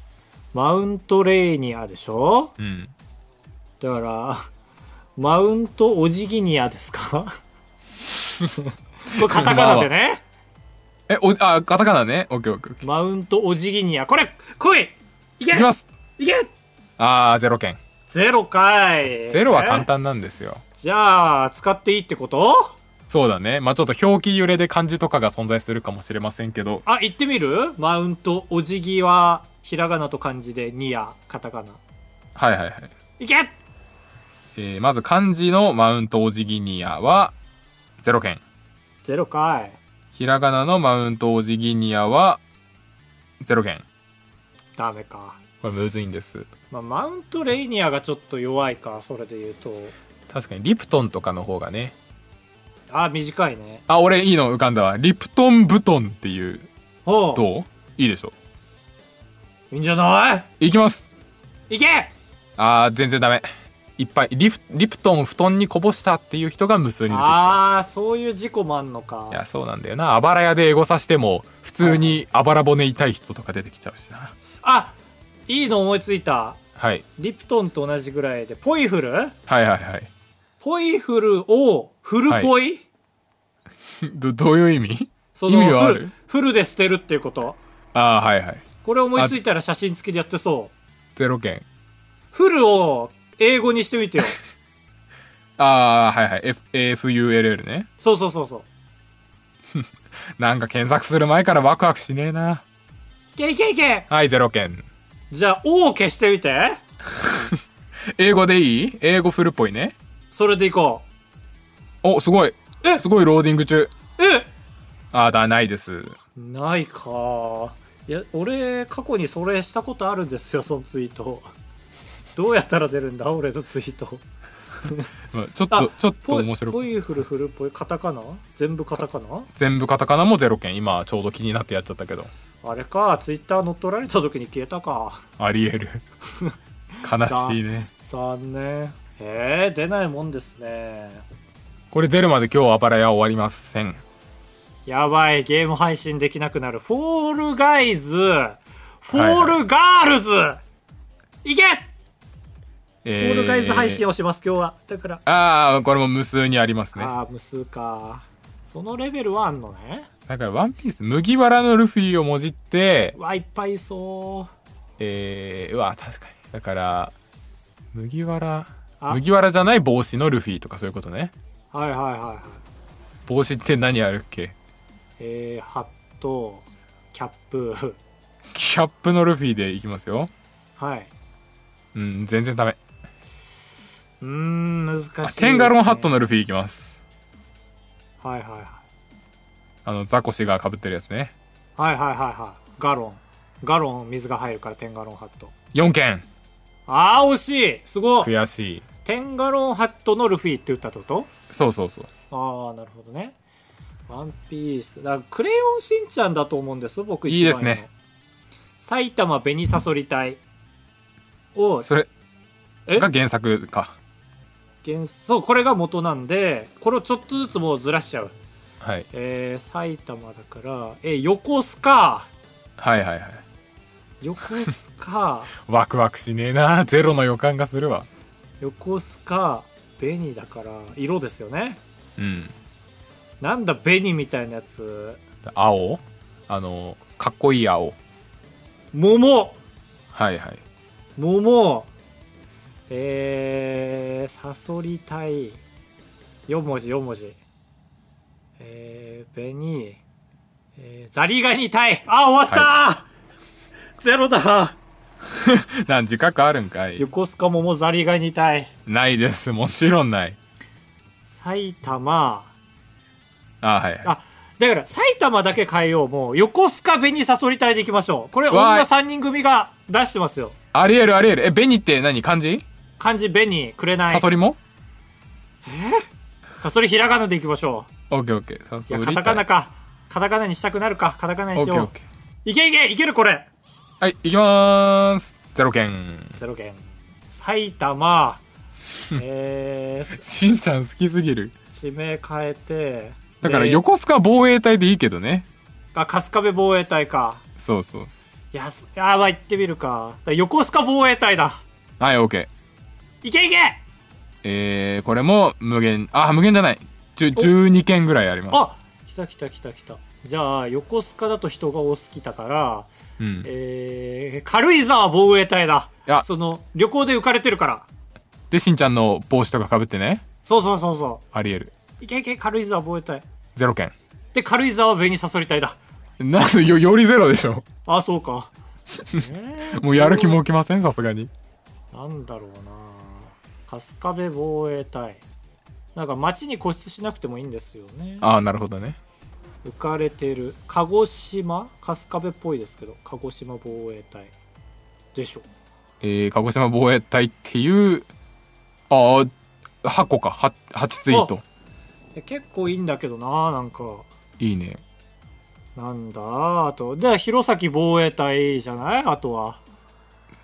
Speaker 1: マウントレイニアでしょ
Speaker 2: ううん
Speaker 1: だから、マウントオジギニア
Speaker 2: *laughs*
Speaker 1: ですかこれカタカナでね。
Speaker 2: えおあカタカナねオッケーオッケーオッケ
Speaker 1: マウントオジギニア。これ、来いいけ
Speaker 2: ーいきます
Speaker 1: いけ
Speaker 2: あーゼロ件
Speaker 1: ゼロかい。
Speaker 2: ゼロは簡
Speaker 1: え。
Speaker 2: 単なんですよ
Speaker 1: じゃあ、使っていいってこと
Speaker 2: そうだねまあちょっと表記揺れで漢字とかが存在するかもしれませんけど
Speaker 1: あ、言ってみるマウント、お辞儀は、ひらがなと漢字で、ニア、カタカナ。
Speaker 2: はいはいはい、
Speaker 1: いけ
Speaker 2: えーまず漢字のマウントオジギニアはゼロ件
Speaker 1: ゼロかい。
Speaker 2: ひらがなのマウントオジギニアはゼロ件
Speaker 1: ダメか。
Speaker 2: これむずいんです
Speaker 1: まあ、マウントレイニアがちょっと弱いか、それで言うと。
Speaker 2: 確かにリプトンとかの方がね
Speaker 1: あ、短いね。
Speaker 2: あ俺いいの浮かんだわリプトンブトンっていう
Speaker 1: ほう。
Speaker 2: どういいでしょ
Speaker 1: いいんじゃない
Speaker 2: いきます
Speaker 1: いけ
Speaker 2: あー全然ダメいっぱいリフリプトン布団にこぼしたっていう人が無数に出てきた
Speaker 1: あー、そういう事故もあんのか
Speaker 2: い。やそうなんだよなあばら屋でエゴさしても普通にあばら骨痛い人とか出てきちゃうしな
Speaker 1: あ、いいの思いついた。
Speaker 2: はい
Speaker 1: リプトンと同じぐらいで、ポイフル
Speaker 2: はいはいはい
Speaker 1: ポイフルを、フルポイ、
Speaker 2: どどういう意味
Speaker 1: その
Speaker 2: 意味はあ
Speaker 1: フ
Speaker 2: る
Speaker 1: ル、フルで捨てるっていうこと。
Speaker 2: あーはいはい
Speaker 1: これ思いついたら写真付きでやってそう。
Speaker 2: ゼロ件
Speaker 1: フルを英語にして *laughs* みてよ。
Speaker 2: あーはいはい F- FULL ね
Speaker 1: そうそうそうそう。
Speaker 2: なんか検索する前からワクワクしねえない
Speaker 1: けいけいけ
Speaker 2: はいゼロ件
Speaker 1: じゃあ、O を消してみて。
Speaker 2: 英語でいい英語フルっぽいね
Speaker 1: それでいこ
Speaker 2: おすごい
Speaker 1: え
Speaker 2: すごいローディング中
Speaker 1: う。え
Speaker 2: あーだないです
Speaker 1: ないか。いや、俺、過去にそれしたことあるんですよ、そのツイート。どうやったら出るんだ俺のツイート。
Speaker 2: まあちょっとちょっと
Speaker 1: ぽい
Speaker 2: 面白
Speaker 1: ぽ
Speaker 2: い
Speaker 1: いフルフルぽい、カタカナ全部カタカナ
Speaker 2: 全部カタカナもゼロ件今ちょうど気になってやっちゃったけど
Speaker 1: あれか、ツイッター乗っ取られた時に消えたか。
Speaker 2: あり
Speaker 1: *laughs*
Speaker 2: える悲しいね
Speaker 1: 残念。へえ、出ないもんですね。
Speaker 2: これ出るまで今日はあばら屋終わりません
Speaker 1: やばい、ゲーム配信できなくなる。フォールガイズ、フォールガールズ、い、けフォ
Speaker 2: え
Speaker 1: ールガイズ配信
Speaker 2: を
Speaker 1: をします、今日は。だから、
Speaker 2: ああこれも無数にありますね
Speaker 1: ああ、無数か。そのレベルはあんのね。
Speaker 2: だからワンピース麦わらのルフィをもじって
Speaker 1: うわ、いっぱいいそう。
Speaker 2: えー、うわ確かにだから麦わら
Speaker 1: あ
Speaker 2: 麦わらじゃない帽子のルフィとかそういうことね
Speaker 1: はいはいはいはい。
Speaker 2: 帽子って何あるっけ
Speaker 1: えー、ハット、キャップ。
Speaker 2: キャップのルフィでいきますよ
Speaker 1: はい。
Speaker 2: うん全然ダメ
Speaker 1: うーん、難しいです、ね
Speaker 2: あ。テンガロンハット。のルフィいきます
Speaker 1: はいはいはい。
Speaker 2: あのザコシがかぶってるやつね
Speaker 1: はいはいはいはい。ガロン。ガロン、水が入るから、テンガロンハット。
Speaker 2: 4件
Speaker 1: ああ、惜しいすごい
Speaker 2: 悔しい
Speaker 1: テンガロンハットのルフィって打ったってこと
Speaker 2: そうそうそう
Speaker 1: ああなるほどねワンピースだからクレヨンしんちゃんだと思うんです僕
Speaker 2: いいですね
Speaker 1: 埼玉紅サソリ隊を
Speaker 2: それ
Speaker 1: え
Speaker 2: が原作か
Speaker 1: 原そうこれが元なんでこれをちょっとずつもうずらしちゃう
Speaker 2: はい、
Speaker 1: えー、埼玉だからえー横須賀
Speaker 2: はいはいはい
Speaker 1: 横須 *laughs* 賀
Speaker 2: ワクワクしねえなゼロの予感がするわ
Speaker 1: 横須賀紅だから色ですよね
Speaker 2: うん
Speaker 1: なんだ紅みたいなやつ
Speaker 2: 青あのかっこいい青
Speaker 1: 桃
Speaker 2: はいはい
Speaker 1: 桃えー、サソリ対4文字4文字えー、紅えー、ザリガニ対あ終わったー、ゼロだ
Speaker 2: 何時間かあるんかい
Speaker 1: 横須賀桃ザリガニ対
Speaker 2: ないですもちろんない
Speaker 1: 埼玉
Speaker 2: あはいはい
Speaker 1: あだから埼玉だけ変えようもう横須賀紅サソリ隊でいきましょうこれ
Speaker 2: わーい
Speaker 1: 女3人組が出してますよ
Speaker 2: ありえるありえるえ紅って何漢字
Speaker 1: 漢字紅くれない
Speaker 2: サソ
Speaker 1: サ
Speaker 2: リも
Speaker 1: ソリひらがなでいきましょ
Speaker 2: オッケーオッケーサ
Speaker 1: うい
Speaker 2: ソ
Speaker 1: や
Speaker 2: リ
Speaker 1: カタカナかカタカナにしたくなるかカタカナ
Speaker 2: オ
Speaker 1: に
Speaker 2: ッ
Speaker 1: し
Speaker 2: ケーオ
Speaker 1: よ
Speaker 2: ッケー
Speaker 1: ういけいけいけるこれ
Speaker 2: はい行きまーすゼロ件
Speaker 1: ゼロ件埼
Speaker 2: *laughs*
Speaker 1: 玉えー、
Speaker 2: しんちゃん好きすぎる
Speaker 1: 地名変えて
Speaker 2: だから
Speaker 1: で
Speaker 2: 横須賀防衛隊でいいけどね
Speaker 1: あ春日部防衛隊か
Speaker 2: そうそう
Speaker 1: いやすあーまあ行ってみるかだから横須賀防衛隊だ
Speaker 2: はいオッケー
Speaker 1: いけいけ
Speaker 2: えー、これも無限あ無限じゃないじゅ12件ぐらいあります
Speaker 1: あ来た来た来た来たじゃあ横須賀だと人が多すぎたから、
Speaker 2: うん
Speaker 1: えー、軽井沢防衛隊だ
Speaker 2: いや
Speaker 1: その旅行で浮かれてるから
Speaker 2: でしんちゃんの帽子とかかぶってね
Speaker 1: そうそうそうそ
Speaker 2: ありえる
Speaker 1: ういけいけ軽井沢防衛隊
Speaker 2: ゼロ件
Speaker 1: で軽井沢紅サソリ隊だ
Speaker 2: なんでよよりゼロでしょ
Speaker 1: あそう
Speaker 2: *laughs*
Speaker 1: か
Speaker 2: もうやる気も起きませんさすがに
Speaker 1: なんだろうな春日部防衛隊なんか町に固執しなくてもいいんですよね
Speaker 2: ああなるほどね
Speaker 1: 浮かれてる鹿児島春日部っぽいですけど鹿児島防衛隊でしょ
Speaker 2: えー、鹿児島防衛隊っていうああ8個か 8, 8ツイート
Speaker 1: え結構いいんだけどななんか
Speaker 2: いいね
Speaker 1: なんだあとで弘前防衛隊じゃないあとは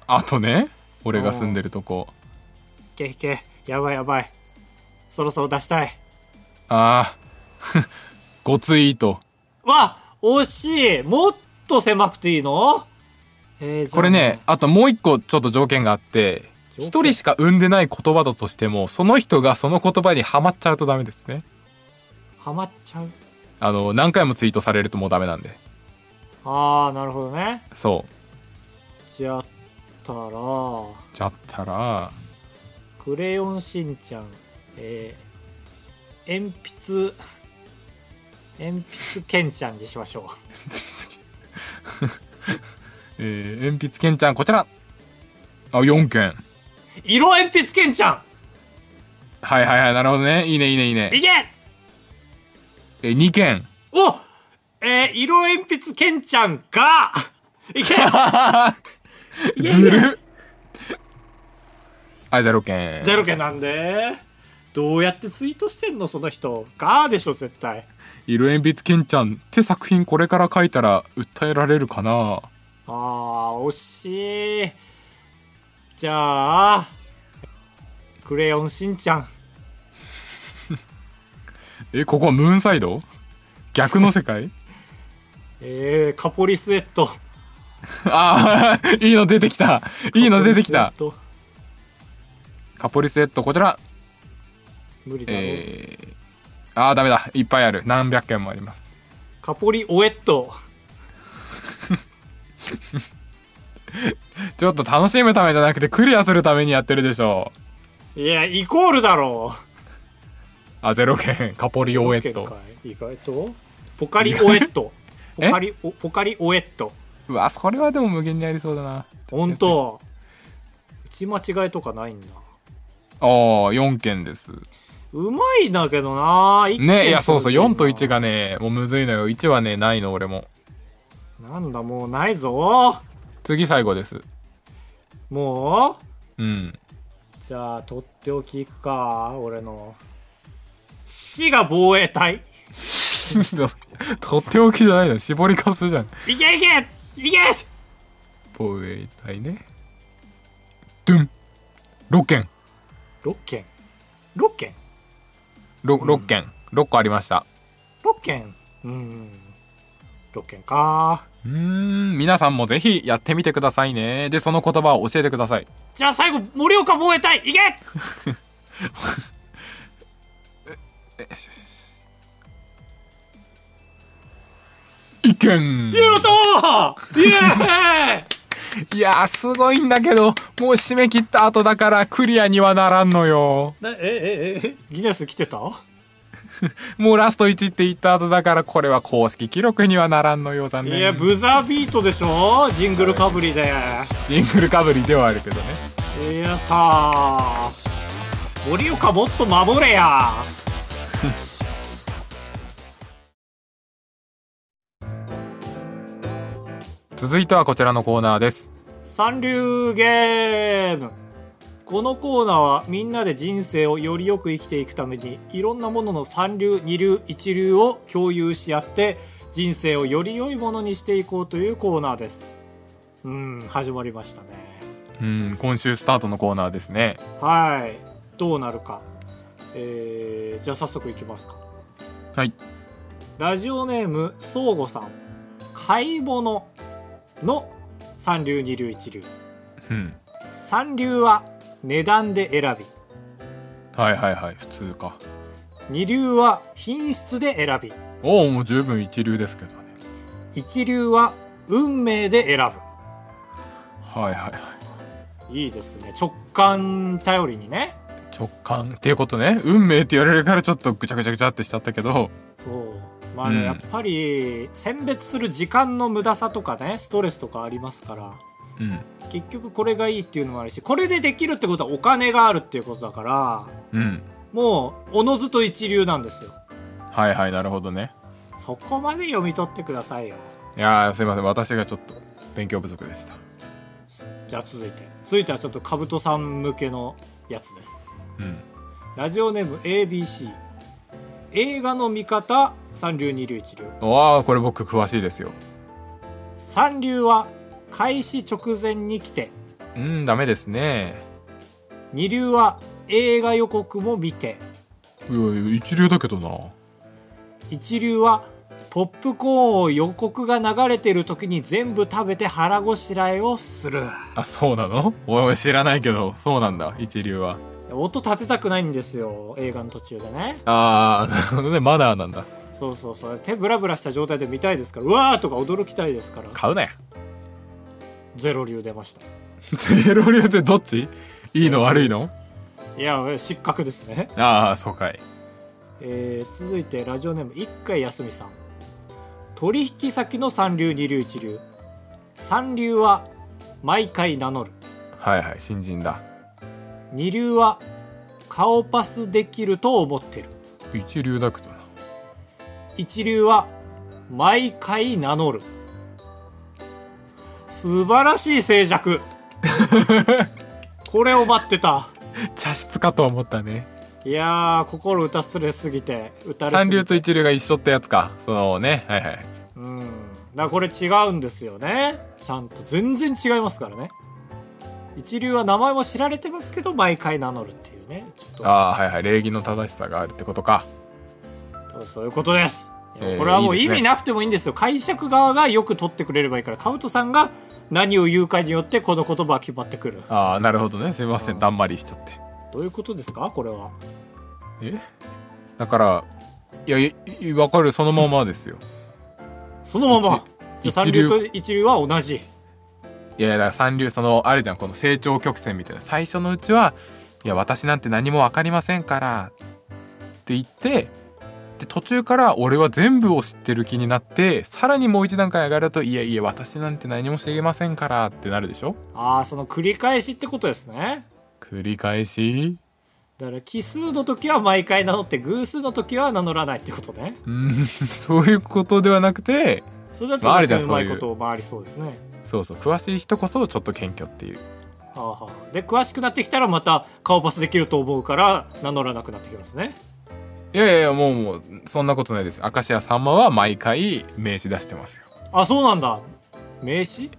Speaker 2: あとね俺が住んでるとこ
Speaker 1: いけいけやばいやばいそろそろ出したい
Speaker 2: あ *laughs* あ5ツイート
Speaker 1: わ惜しいもっと狭くていいの、えーじゃあ
Speaker 2: これねあともう一個ちょっと条件があって
Speaker 1: 条件
Speaker 2: 一人しか産んでない言葉だとしてもその人がその言葉にはまっちゃうとダメですね
Speaker 1: ハマっちゃう
Speaker 2: あの何回もツイートされるともうダメなんで
Speaker 1: ああなるほどね
Speaker 2: そう
Speaker 1: じゃったら
Speaker 2: じゃったら
Speaker 1: 「クレヨンしんちゃん」えー、鉛筆鉛筆けんちゃんにしましょう
Speaker 2: えー、鉛筆けんちゃんこちらあ4件
Speaker 1: 色鉛筆けんちゃ
Speaker 2: はいはいはいなるほどねいいねいいねいい
Speaker 1: んい
Speaker 2: ね
Speaker 1: け
Speaker 2: えー、2件
Speaker 1: おえー、色鉛筆けんちゃんが、 *laughs* いけいやい
Speaker 2: *laughs* ず
Speaker 1: や
Speaker 2: るはい0件
Speaker 1: ゼロ件なんで。どうやってツイートしてんのその人。がでしょ、絶対。
Speaker 2: 色鉛筆けんちゃんって作品これから書いたら訴えられるかな
Speaker 1: あー、惜しい。じゃあ、クレヨンしんちゃん。
Speaker 2: えここはムーンサイド逆の
Speaker 1: *laughs*
Speaker 2: 世界
Speaker 1: えー、カポリスエット。
Speaker 2: ああいいの出てきたいいの出てきた
Speaker 1: カポリスエット。
Speaker 2: カポリスエットこちら
Speaker 1: 無理だろ、
Speaker 2: えー、あーダメだいっぱいある何百件もあります
Speaker 1: カポリオエット。
Speaker 2: ちょっと楽しむためじゃなくてクリアするためにやってるでしょ
Speaker 1: いや、イコールだろ
Speaker 2: あゼロ件カポリオエット
Speaker 1: かい意外とポカリオエット。
Speaker 2: *laughs* え
Speaker 1: ポカリオ、ポカリオエット。
Speaker 2: うわそれはでも無限にありそうだな
Speaker 1: 本当打ち間違いとかないんだ
Speaker 2: ああ4件です
Speaker 1: うまいんだけどな一件
Speaker 2: ねいやそうそう
Speaker 1: 取る
Speaker 2: 4
Speaker 1: って
Speaker 2: と
Speaker 1: い
Speaker 2: 1がねもうむずいのよ1はねないの俺も
Speaker 1: うのはなんだもうないぞ
Speaker 2: 次最後です
Speaker 1: も *laughs*
Speaker 2: うん
Speaker 1: うじゃあとっておきいくか俺の死が防衛隊
Speaker 2: とっておきじゃないの絞りかすじゃん
Speaker 1: いけいけいけ
Speaker 2: 防衛隊ねドゥン6件
Speaker 1: 6件6件
Speaker 2: 6, 6件6個ありました
Speaker 1: 6件うん6件か
Speaker 2: うーん皆さんもぜひやってみてくださいねでその言葉を教えてください
Speaker 1: じゃあ最後、盛岡防衛隊、いけ
Speaker 2: 意見
Speaker 1: ユートイエーイ
Speaker 2: いやーすごいんだけどもう締め切った後だからクリアにはならんのよ
Speaker 1: なえ、え、え、え、ギネス来てた
Speaker 2: もうラスト1って言った後だからこれは公式記録にはならんのよ残
Speaker 1: い
Speaker 2: 念
Speaker 1: や、ブザービートでしょジングルかぶりで。
Speaker 2: ジングルかぶりではあるけどね
Speaker 1: やったー。盛岡もっと守れや。
Speaker 2: 続いてはこちらのコーナーです
Speaker 1: 三流ゲームこのコーナーはみんなで人生をよりよく生きていくためにいろんなものの三流二流一流を共有し合って人生をより良いものにしていこうというコーナーですうん始まりましたね
Speaker 2: うん今週スタートのコーナーですね
Speaker 1: はいどうなるかえー、じゃあ早速いきますか
Speaker 2: はい
Speaker 1: ラジオネームそうごさん買い物の三流二流一流
Speaker 2: うん
Speaker 1: 三流は値段で選び
Speaker 2: はいはいはい普通か
Speaker 1: 二流は品質で選び
Speaker 2: おおもう十分一流ですけどね
Speaker 1: 一流は運命で選
Speaker 2: はいはいはい
Speaker 1: ぶいいですね直感頼りにね
Speaker 2: 直感っていうことね運命って言われるからちょっとぐちゃぐちゃぐちゃってしちゃったけど
Speaker 1: そうまあね、
Speaker 2: うん
Speaker 1: やっぱり選別する時間の無駄さとかねストレスとかありますから
Speaker 2: うん
Speaker 1: 結局これがいいっていうのもあるしこれでできるってことはお金があるっていうことだから
Speaker 2: うん
Speaker 1: もうおのずと一流なんですよ
Speaker 2: はいはいなるほどね
Speaker 1: そこまで読み取ってくださいよ
Speaker 2: いやーすいません私がちょっと勉強不足でした
Speaker 1: じゃあ続いて続いてはちょっとカブトさん向けのやつです
Speaker 2: うん
Speaker 1: ラジオネーム ABC 映画の見方三流二流一流
Speaker 2: わあこれ僕詳しいですよ
Speaker 1: 三流は開始直前に来て
Speaker 2: うんダメですね
Speaker 1: 二流は映画予告も見て
Speaker 2: いやいや一流だけどな
Speaker 1: 一流はポップコーンを予告が流れてる時に全部食べて腹ごしらえをする
Speaker 2: あそうなのおい知らないけどそうなんだ一流は
Speaker 1: 音立てたくないんですよ映画の途中でね
Speaker 2: ああなるほどねマナーなんだ
Speaker 1: そうそうそう手ぶらぶらした状態で見たいですからうわーとか驚きたいですから
Speaker 2: 買うなよ
Speaker 1: ゼロ流出ました
Speaker 2: ゼロ流ってどっちいいの悪いの
Speaker 1: いや失格ですね
Speaker 2: ああそうかい
Speaker 1: えー続いてラジオネーム一回休みさん取引先の三流二流一流三流は毎回名乗る
Speaker 2: はいはい新人だ
Speaker 1: 二流は顔パスできると思ってる
Speaker 2: 一流だけどな
Speaker 1: 一流は毎回名乗る素晴らしい静寂これを待ってた
Speaker 2: 茶室かとは思ったね
Speaker 1: いやー心打たすれすぎて打たれすぎて
Speaker 2: 三流と一流が一緒ってやつかそのねはいはい
Speaker 1: うんだからこれ違うんですよねちゃんと全然違いますからね一流は名前も知られてますけど毎回名乗るっていうねちょっと
Speaker 2: ああーはいはい礼儀の正しさがあるってことか
Speaker 1: そうそういうことですいや
Speaker 2: えー
Speaker 1: これはもう
Speaker 2: いい
Speaker 1: 意
Speaker 2: ですね
Speaker 1: 味なくてもいいんですよ解釈側がよく取ってくれればいいからカブトさんが何を言うかによってこの言葉は決まってくる
Speaker 2: ああなるほどねすいませんだんまりしちゃって
Speaker 1: どういうことですかこれは
Speaker 2: えだからいやいいわかるそのまま *laughs* ですよ
Speaker 1: そのままじゃあ三
Speaker 2: 一流
Speaker 1: 流と一流は同じ
Speaker 2: いやいやだから三流そのあるじゃんこの成長曲線みたいな最初のうちはいや私なんて何もわかりませんからって言ってで途中から俺は全部を知ってる気になってさらにもう一段階上がるといやいや私なんて何も知りませんからってなるでしょ
Speaker 1: ああその繰り返しってことですね
Speaker 2: 繰り返し *laughs*
Speaker 1: だから奇数の時は毎回名乗って偶数の時は名乗らないってことね
Speaker 2: うんそういうことではなくて
Speaker 1: それだと
Speaker 2: まあある
Speaker 1: 確
Speaker 2: じ
Speaker 1: か
Speaker 2: ゃん
Speaker 1: にうまいこ
Speaker 2: そういう
Speaker 1: とを回りそうですね。
Speaker 2: そうそう詳しい人こそちょっと謙虚っていう
Speaker 1: はあはあ、で詳しくなってきたらまた顔パスできると思うから名乗らなくなってきますね。
Speaker 2: いやいやいやもうもうそんなことないです明石家さんまは毎回名刺出してますよ
Speaker 1: あそうなんだ名刺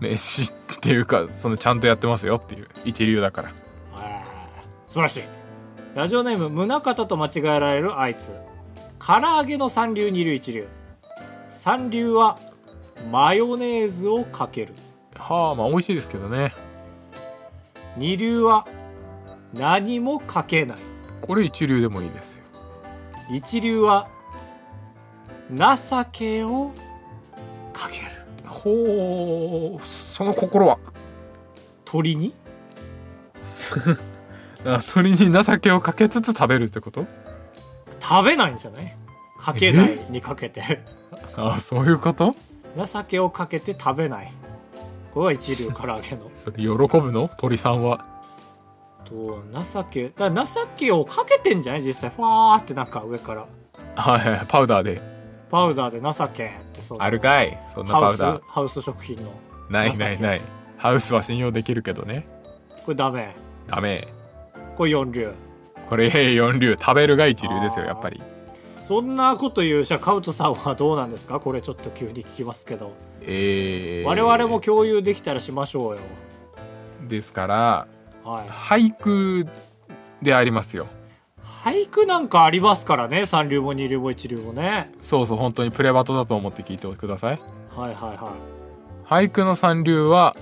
Speaker 2: 名刺っていうかそのちゃんとやってますよっていう一流だから
Speaker 1: あー素晴らしいラジオネーム宗像と間違えられるあいつ唐揚げの三流二流一流三流はマヨネーズをかける
Speaker 2: はあまあ美味しいですけどね
Speaker 1: 二流は何もかけない
Speaker 2: これ一流でもいいですよ
Speaker 1: 一流は情けをかける
Speaker 2: ほうその心は
Speaker 1: 鳥に
Speaker 2: あ鳥に情けをかけつつ食べるってこと
Speaker 1: 食べないんじゃないかけないにかけて
Speaker 2: あそういうこと
Speaker 1: 情けをかけて食べないこれは一流唐揚げの
Speaker 2: それ喜ぶの鳥さんは
Speaker 1: と情けだから情けをかけてんじゃない実際ファーってなんか上から
Speaker 2: はいはいはいパウダーで
Speaker 1: パウダーで情けってそう
Speaker 2: あるかいそんな
Speaker 1: ハ
Speaker 2: パ
Speaker 1: ウ
Speaker 2: ウ
Speaker 1: ス
Speaker 2: ダー
Speaker 1: ハウス食品の
Speaker 2: ないないないハウスは信用できるけどね
Speaker 1: これダメ
Speaker 2: ダメ
Speaker 1: これ四流
Speaker 2: これ4流食べるが一流ですよやっぱり
Speaker 1: そんなこと言うシャカウトさんはどうなんですかこれちょっと急に聞きますけど、
Speaker 2: えー、
Speaker 1: 我々も共有できたらしましょうよ
Speaker 2: ですから
Speaker 1: はい
Speaker 2: 俳句でありますよ
Speaker 1: 俳句なんかありますからね三流も二流も一流もね
Speaker 2: そうそう本当にプレバトだと思って聞いてください
Speaker 1: はいはいは
Speaker 2: 俳句の三流は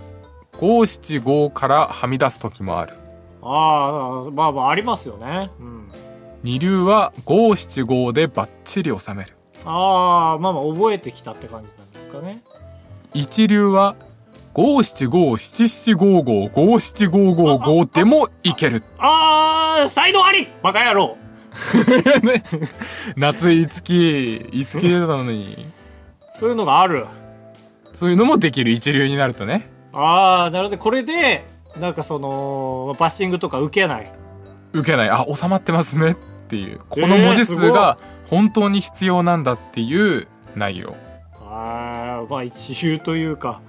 Speaker 2: 五七五からはみ出す時もある
Speaker 1: いああまあまあありますよねうん
Speaker 2: 二流は五七五でバッチリ収める
Speaker 1: ああまあまあ覚えてきたって感じなんですかね
Speaker 2: 一流は五七五七七五五五七五五五でもいける *laughs*
Speaker 1: ああ才能ありバカ野郎
Speaker 2: ね夏いつきいつきなのに
Speaker 1: そういうのがある
Speaker 2: そういうのもできる一流になるとね
Speaker 1: ああなのでこれでなんかそのバッシングとか受けない
Speaker 2: 受けないあ収まってますねっていうこ
Speaker 1: え
Speaker 2: の
Speaker 1: ー
Speaker 2: 文字
Speaker 1: すご
Speaker 2: 数
Speaker 1: い
Speaker 2: が本当に必要なんだっていう内容
Speaker 1: ああまあ一流というか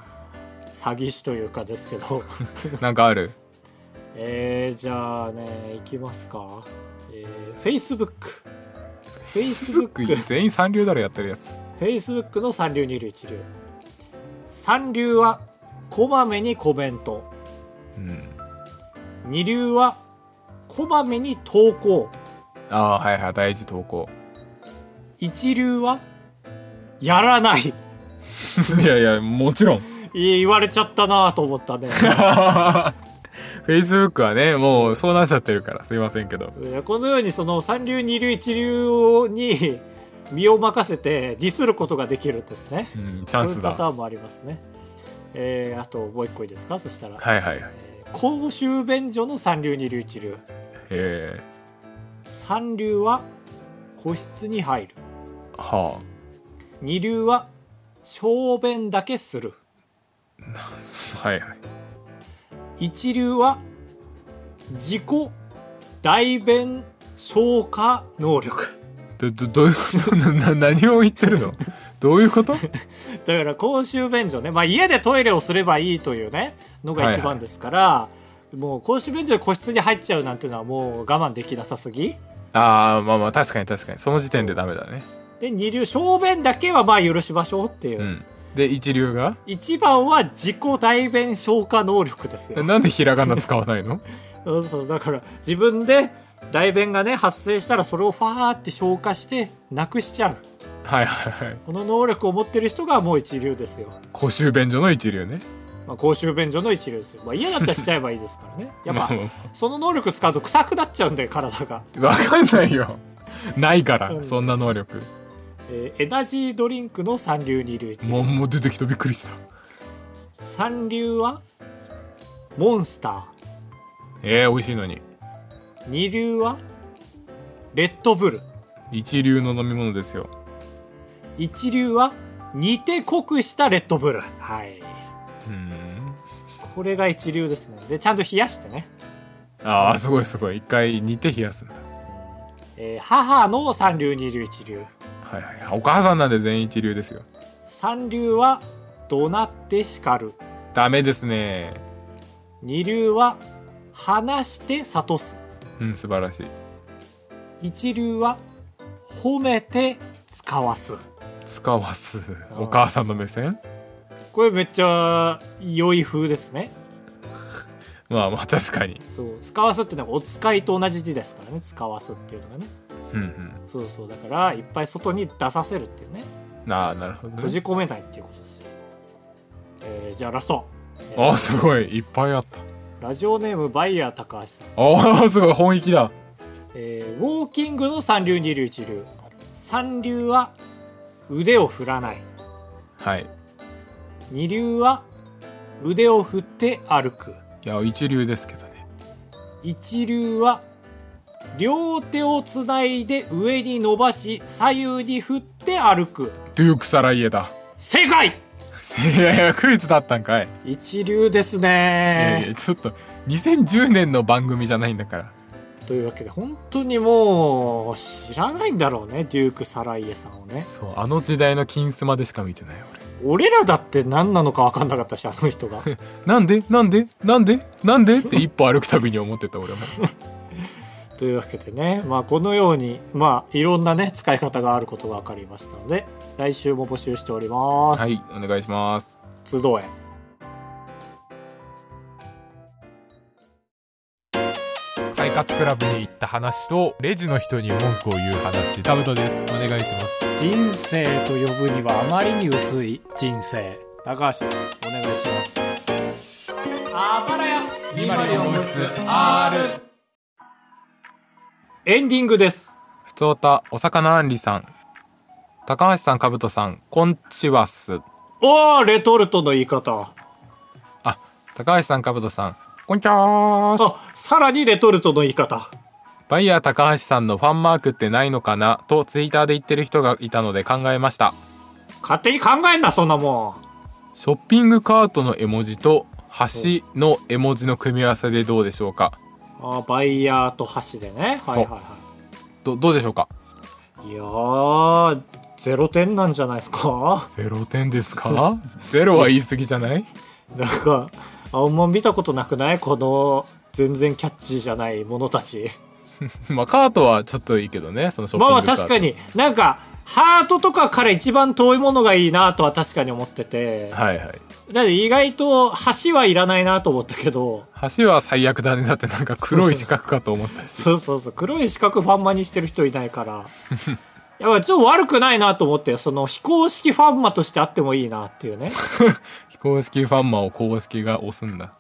Speaker 1: 詐欺師というかですけど *laughs*
Speaker 2: なんかある
Speaker 1: えー、じゃあねいきますかえー、Facebook Facebook
Speaker 2: 全員三流だろやってるやつ
Speaker 1: Facebook の三流二流一流三流はこまめにコメント
Speaker 2: うん
Speaker 1: 二流はこまめに投稿
Speaker 2: ああはいはい第一投稿
Speaker 1: 一流はやらない
Speaker 2: *laughs* いやいやもちろんフ
Speaker 1: いい言われちゃったなと思った
Speaker 2: *laughs*
Speaker 1: ね
Speaker 2: ェイスブックはねもうそうなっちゃってるからすいませんけど
Speaker 1: いやこのようにその三流二流一流に身を任せてディスることができるんですね
Speaker 2: うんチャンス
Speaker 1: こ
Speaker 2: だ
Speaker 1: ういうパタ
Speaker 2: は
Speaker 1: ーンもありますねえー、あともう一個いいですかそしたら、
Speaker 2: いはいはい
Speaker 1: えー公衆便所の三流二流一流
Speaker 2: え
Speaker 1: 三流は個室に入る
Speaker 2: ー、は
Speaker 1: 二流は小便だけする
Speaker 2: あはいはい
Speaker 1: 一流は自己代弁消化能力
Speaker 2: どどどういうこと *laughs* なな何を言ってる *laughs* のどういうこと
Speaker 1: だから公衆便所ね、まあ、家でトイレをすればいいというねのが一
Speaker 2: はいはい
Speaker 1: 番ですから、もう公衆便所で個室に入っちゃうなんていうのはもう我慢できなさすぎ
Speaker 2: ああまあまあ確かに確かにその時点でダメだね
Speaker 1: で二流小便だけはまあ許しましょうっていう、
Speaker 2: うんで一流が
Speaker 1: 一番は自己代弁消化能力ですよ
Speaker 2: なんでひらがな使わ *laughs* ないの
Speaker 1: そうそうだから自分で代弁がね発生したらそれをファーって消化してなくしちゃう
Speaker 2: はいはいはい
Speaker 1: この能力を持ってる人がもう一流ですよ、
Speaker 2: 公衆便所の一流ね
Speaker 1: まあ、公衆便所の一流ですよ、まあ、嫌だったらしちゃえばいいですから
Speaker 2: *laughs*
Speaker 1: ねやっぱ
Speaker 2: まあまあま
Speaker 1: その能力使うと臭くなっちゃうんだよ体が、
Speaker 2: あわかんないよないから、
Speaker 1: うん
Speaker 2: そんな能力
Speaker 1: えーエナジードリンクの三流二流一
Speaker 2: もう
Speaker 1: 流
Speaker 2: もう出てきたびっくりした
Speaker 1: 三流はモンスタ
Speaker 2: えー、美味しいのに
Speaker 1: ー二流はレッドブル
Speaker 2: 一流の飲み物ですよ
Speaker 1: 一流は煮て濃くしたレッドブルはい
Speaker 2: うん
Speaker 1: これが一流ですねでちゃんと冷やしてね、
Speaker 2: ああすごいすごい一回煮て冷やすんだ
Speaker 1: えー母の三流二流一流
Speaker 2: はいはいはいお母さんなんで全員一流ですよ
Speaker 1: 三流は怒鳴って叱る
Speaker 2: ダメですね
Speaker 1: 二流は話して諭す
Speaker 2: うん素晴らしい
Speaker 1: 一流は褒めて使わす
Speaker 2: 使わす
Speaker 1: あー
Speaker 2: お母さんの目線
Speaker 1: これめっちゃ良い風ですね
Speaker 2: まあまあ確かに
Speaker 1: そう使わすってのはお使いと同じ字ですからね使わすっていうのがね
Speaker 2: うん
Speaker 1: そうそうだからいっぱい外に出させるっていうね
Speaker 2: うんああなるほど
Speaker 1: 閉
Speaker 2: ね
Speaker 1: じ込めないっていうことですよえーじゃあラスト
Speaker 2: あすごいいっぱいあった
Speaker 1: ラジオネームバイヤー高橋さん、
Speaker 2: あすごい本域だ
Speaker 1: えーウォーキングの三流二流一流三流は腕を振らない
Speaker 2: はい
Speaker 1: 二流は腕を振って歩く
Speaker 2: いや一流ですけどね
Speaker 1: 一流は両手をつないで上に伸ばし左右に振って歩く
Speaker 2: デュークサライエだ
Speaker 1: 正解
Speaker 2: いやいやクイズだったんかい
Speaker 1: 一流です
Speaker 2: いやい
Speaker 1: ね
Speaker 2: やちょっと2010年の番組じゃないんだから
Speaker 1: というわけで本当にもう知らないんだろうねデューク・サライエさんをね
Speaker 2: そうあの時代の金スマでしか見てない
Speaker 1: 俺らだって何なのか分かんなかったしあの人が
Speaker 2: 俺なんでなんでなんでなんで *laughs* って一歩歩くたびに思ってた俺も
Speaker 1: というわけでね、まあ、このように、まあ、いろんなね使い方があることが分かりましたので来週も募集しております、
Speaker 2: はいお願いします
Speaker 1: 集え
Speaker 2: 快活クラブに行った話とレジの人に文句を言う話タブトですお願いします
Speaker 1: 人生と呼ぶにはあまりに薄い人生高橋ですお願いしますあばらやエンディングです
Speaker 2: ふつおたお魚あんりさん高橋さんかぶとさんこんちはっす
Speaker 1: おーレトルトの言い方
Speaker 2: あ高橋さんかぶとさんこんちゃーす
Speaker 1: あさらにレトルトの言い方
Speaker 2: バイヤー高橋さんのファンマークってないのかなとツイッターで言ってる人がいたので考えました
Speaker 1: 勝手に考えんなそんなも
Speaker 2: ショッピングカートの絵文字と橋の絵文字の組み合わせでどうでしょうか
Speaker 1: んあバイヤーと箸でねはいはいは
Speaker 2: どどうでしょうか
Speaker 1: いいやーゼロ点なんじゃないですか *laughs*
Speaker 2: ゼロ点ですか *laughs* ゼロは言い過ぎじゃない
Speaker 1: なんかあんま見たことなくないこの全然キャッチーじゃないものたち
Speaker 2: まあカートはちょっといいけどねそのショッピ
Speaker 1: ま
Speaker 2: ン
Speaker 1: あ
Speaker 2: グ
Speaker 1: ま
Speaker 2: カー
Speaker 1: あ
Speaker 2: ト
Speaker 1: 確かになんかハートとかから一番遠いものがいいなとは確かに思ってて、
Speaker 2: はいはい
Speaker 1: だって意外と橋はいらないなと思ったけど
Speaker 2: 橋は最悪だねだってなんか黒い四角かと思ったし
Speaker 1: *laughs* そうそうそう黒い四角ファンマにしてる人いないからやっぱちょっと悪くないなと思ってその非公式ファンマとしてあってもいいなっていうね
Speaker 2: 非公式ファンマを公式が押すんだ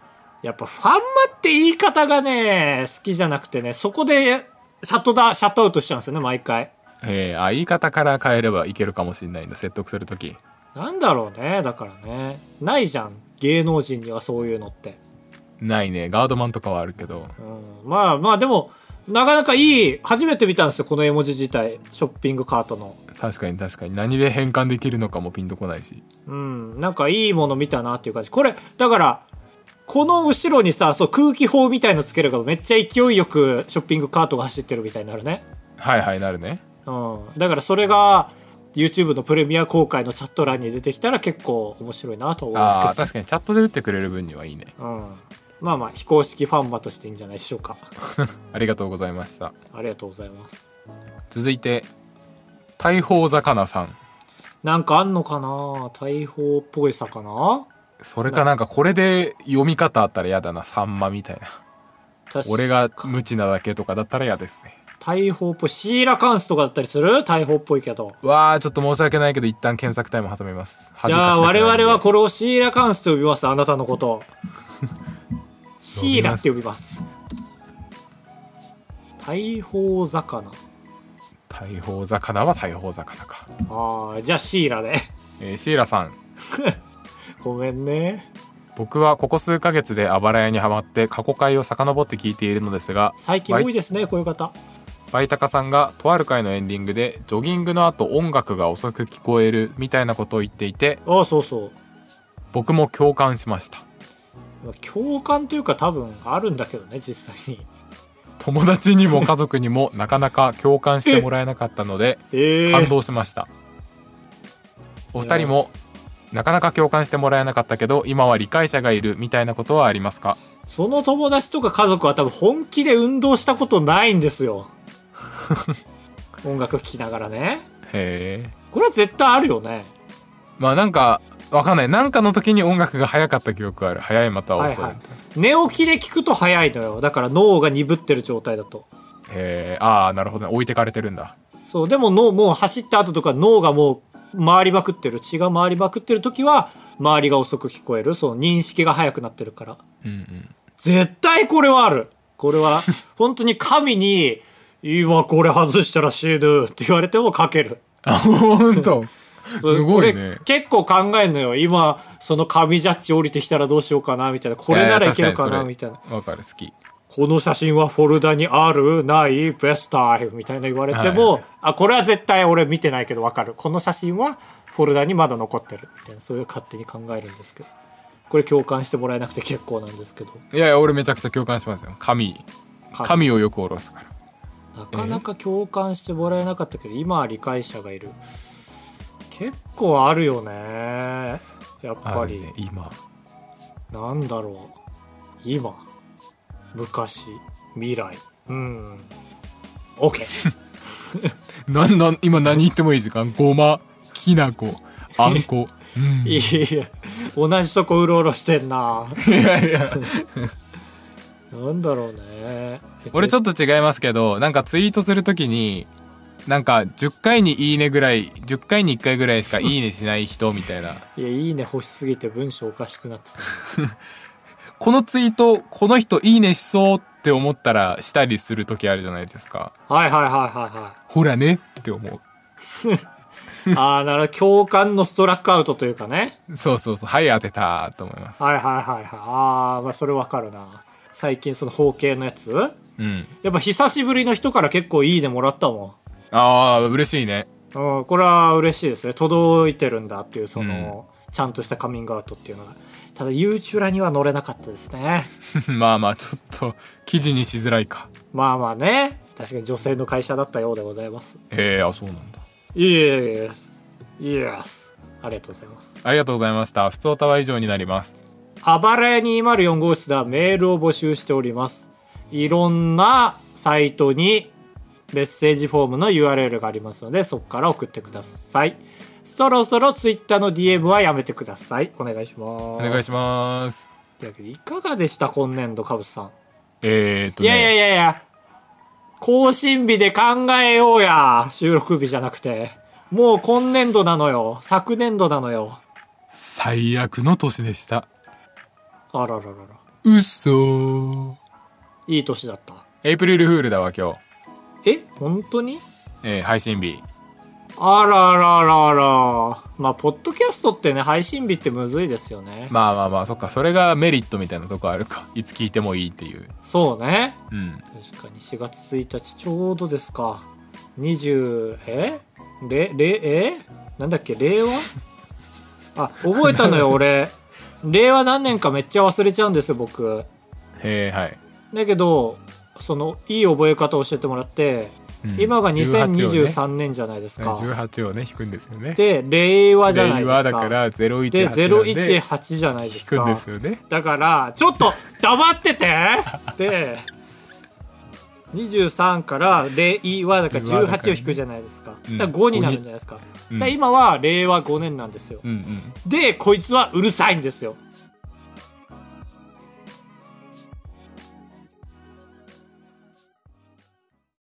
Speaker 1: やっぱファンマって言い方がね好きじゃなくてねそこでシャットダシャットアウトしちゃうんですよね毎回
Speaker 2: えー、あ言い方から変えればいけるかもしれないんだ説得するとき
Speaker 1: なんだろうねだからねないじゃん芸能人にはそういうのって
Speaker 2: ないねガードマンとかはあるけど
Speaker 1: うんまあまあでも、なかなかいい、初めて見たんですよ、この絵文字自体。ショッピングカートの。
Speaker 2: 確かに確かに何で変換できるのかもピンとこないし
Speaker 1: うん、なんかいいもの見たなっていう感じ。これ、だから、この後ろにさ、そう空気砲みたいのつければめっちゃ勢いよくショッピングカートが走ってるみたいになるね。
Speaker 2: はいはいなるね
Speaker 1: うん。だからそれが、YouTube のプレミア公開のチャット欄に出てきたら結構面白いなと思うん
Speaker 2: あ
Speaker 1: で
Speaker 2: あ
Speaker 1: すけ
Speaker 2: 確かにチャットで打ってくれる分にはいいね
Speaker 1: ど。うん。まあまあ、非公式ファンマとしていいんじゃないでしょうか。
Speaker 2: ありがとうございました
Speaker 1: ありがとうございます。
Speaker 2: 続いて大砲魚さん
Speaker 1: なんかあんのかな大砲っぽい魚
Speaker 2: それかなんかこれで読み方あったら嫌だなさんまみたいな
Speaker 1: 確か
Speaker 2: 俺が無知なだけとかだったら嫌ですね
Speaker 1: 大砲っぽいシーラカンスとかだったりする大砲っぽいけど
Speaker 2: わあちょっと申し訳ないけど一旦検索タイム挟みます
Speaker 1: じゃあ我々はこ
Speaker 2: れ
Speaker 1: れをシーラカンスと呼びますあなたのこと
Speaker 2: *laughs*
Speaker 1: をシーラって呼びます大砲魚
Speaker 2: 大砲魚は大砲魚か、
Speaker 1: ああじゃあシーラで
Speaker 2: えーシーラさん
Speaker 1: ごめんね
Speaker 2: 僕はここ数ヶ月であばら屋にはまって過去回を遡って聞いているのですが
Speaker 1: 最近多いですねこういう方
Speaker 2: バイタカさんがとある回のエンディングでジョギングの後音楽が遅く聞こえるみたいなことを言っていて
Speaker 1: ああそうそう
Speaker 2: 僕も共感しました
Speaker 1: 共感というか多分あるんだけどね実際に
Speaker 2: 友達にも家族にもなかなか共感してもらえなかったので
Speaker 1: ええ
Speaker 2: 感動しましたお二人もなかなか共感してもらえなかったけど今は理解者がいるみたいなことはありますか
Speaker 1: その友達とか家族は多分本気で運動したことないんです
Speaker 2: *laughs*
Speaker 1: よ音楽聴きながらね
Speaker 2: へえ
Speaker 1: これは絶対あるよね
Speaker 2: まあなんかわかんないなんかの時に音楽が早かった記憶ある早いまたは遅い、
Speaker 1: はいはい寝起きで聴くと早いのよだから脳が鈍ってる状態だと
Speaker 2: へえああなるほどね置いてかれてるんだ
Speaker 1: そうでも脳もう走った後とか脳がもう回りまくってる血が回りまくってる時は周りが遅く聞こえるその認識が早くなってるから
Speaker 2: うんうん
Speaker 1: 絶対これはあるこれは *laughs* 本当に神に「今これ外したら死ぬ」って言われても書ける
Speaker 2: あ本当すごいね
Speaker 1: 俺結構考えんのよ今その神ジャッジ降りてきたらどうしようかなみたいなこれならいけるかなみたいな
Speaker 2: やや確かにそれわかる好き
Speaker 1: この写真はフォルダにあるないベストタイムみたいな言われても、
Speaker 2: はい
Speaker 1: あこれは絶対俺見てないけどわかるこの写真はフォルダにまだ残ってるみたいなそういう勝手に考えるんですけどこれ共感してもらえなくて結構なんですけど
Speaker 2: いやいや俺めちゃくちゃ共感しますよ神
Speaker 1: 神
Speaker 2: 神をよく下ろすから
Speaker 1: なかなか共感してもらえなかったけど、今は理解者がいる結構あるよねやっぱ
Speaker 2: あ
Speaker 1: り、
Speaker 2: るね今
Speaker 1: なんだろう今昔未来うん OK
Speaker 2: なんなん今何言ってもいい時間ごまきなこあんこ、うん、
Speaker 1: い
Speaker 2: い
Speaker 1: や同じとこうろうろしてんな
Speaker 2: やいや
Speaker 1: なんだろうね
Speaker 2: 俺ちょ
Speaker 1: っ
Speaker 2: っと違いますけどなんかツイートするときになんか10回に「いいね」ぐらい10回に1回ぐらいしか「いいね」しない人みたいな
Speaker 1: といやいいね欲しすぎて文章おかしくなってた
Speaker 2: このツイートこの人「いいね」しそうって思ったらしたりするときあるじゃないですか
Speaker 1: はいはいはいはいはい
Speaker 2: ほらねって思
Speaker 1: ああなるほど共感のストラックアウトというかね
Speaker 2: うそうそうそうはい当てたと思います
Speaker 1: はいはいはいはいああまあそれわかるな最近その包茎のやつや
Speaker 2: うん
Speaker 1: っぱ久しぶりの人から結構いいねもらったも
Speaker 2: ああ嬉しいね *laughs*
Speaker 1: ん、うん、これは嬉しいですね届いてるんだっていうその、ちゃんとしたカミングアウトっていうのがただ YouTube には載れなかったですね
Speaker 2: まあまあちょっと記事にしづらいか
Speaker 1: まあまあね確かに女性の会社だったようでございます
Speaker 2: へえあそうなんだ
Speaker 1: いえいえいえありがとうございます
Speaker 2: ありがとうございました普通歌は以上になります
Speaker 1: あばらや204号室ではメールを募集しております。いろんなサイトにメッセージフォームの URL がありますので、そこから送ってください。そろそろ Twitter の DM はやめてください。お願いします。お
Speaker 2: お願い
Speaker 1: し
Speaker 2: します
Speaker 1: ます。いかがでした今年度、カブスさん。
Speaker 2: えー、っと
Speaker 1: い
Speaker 2: ね
Speaker 1: やいやいやいや、更新日で考えようや。収録日じゃなくて。もう今年度なのよ。昨年度なのよ。
Speaker 2: 最悪の年でした
Speaker 1: あらららら。
Speaker 2: うそ
Speaker 1: いい年だった。
Speaker 2: エイプリルフールだわ今日、
Speaker 1: え本当に
Speaker 2: えー配信日
Speaker 1: あらららら。まあ、ポッドキャストってね、配信日ってむずいですよね。
Speaker 2: まあまあまあそっかそれがメリットみたいなとこあるかいつ聞いてもいいっていう
Speaker 1: そうね。
Speaker 2: うん
Speaker 1: 確かに4月1日ちょうどですか。20、えれ、れ、えなんだっけ、令和あ、覚えたのよ、
Speaker 2: *laughs*
Speaker 1: 俺。令和何年かめっちゃ忘れちゃうんですよ、僕。
Speaker 2: へえはい、
Speaker 1: だけど、その、いい覚え方を教えてもらって、
Speaker 2: うん
Speaker 1: 今が
Speaker 2: 18
Speaker 1: 2023年じゃないですか。
Speaker 2: をね18をね引くんですよね
Speaker 1: で、令和じゃないですか。
Speaker 2: だから018
Speaker 1: で、
Speaker 2: なんで
Speaker 1: 018じゃないで
Speaker 2: 引
Speaker 1: すか。
Speaker 2: くんですよね
Speaker 1: だからちょっと黙っててで23から令和だから18を引くじゃないですか
Speaker 2: うん
Speaker 1: だから5になるんじゃないですか,、
Speaker 2: うん
Speaker 1: だから今は令和5年なんですよ、
Speaker 2: うんうん
Speaker 1: でこいつはうるさいんですよ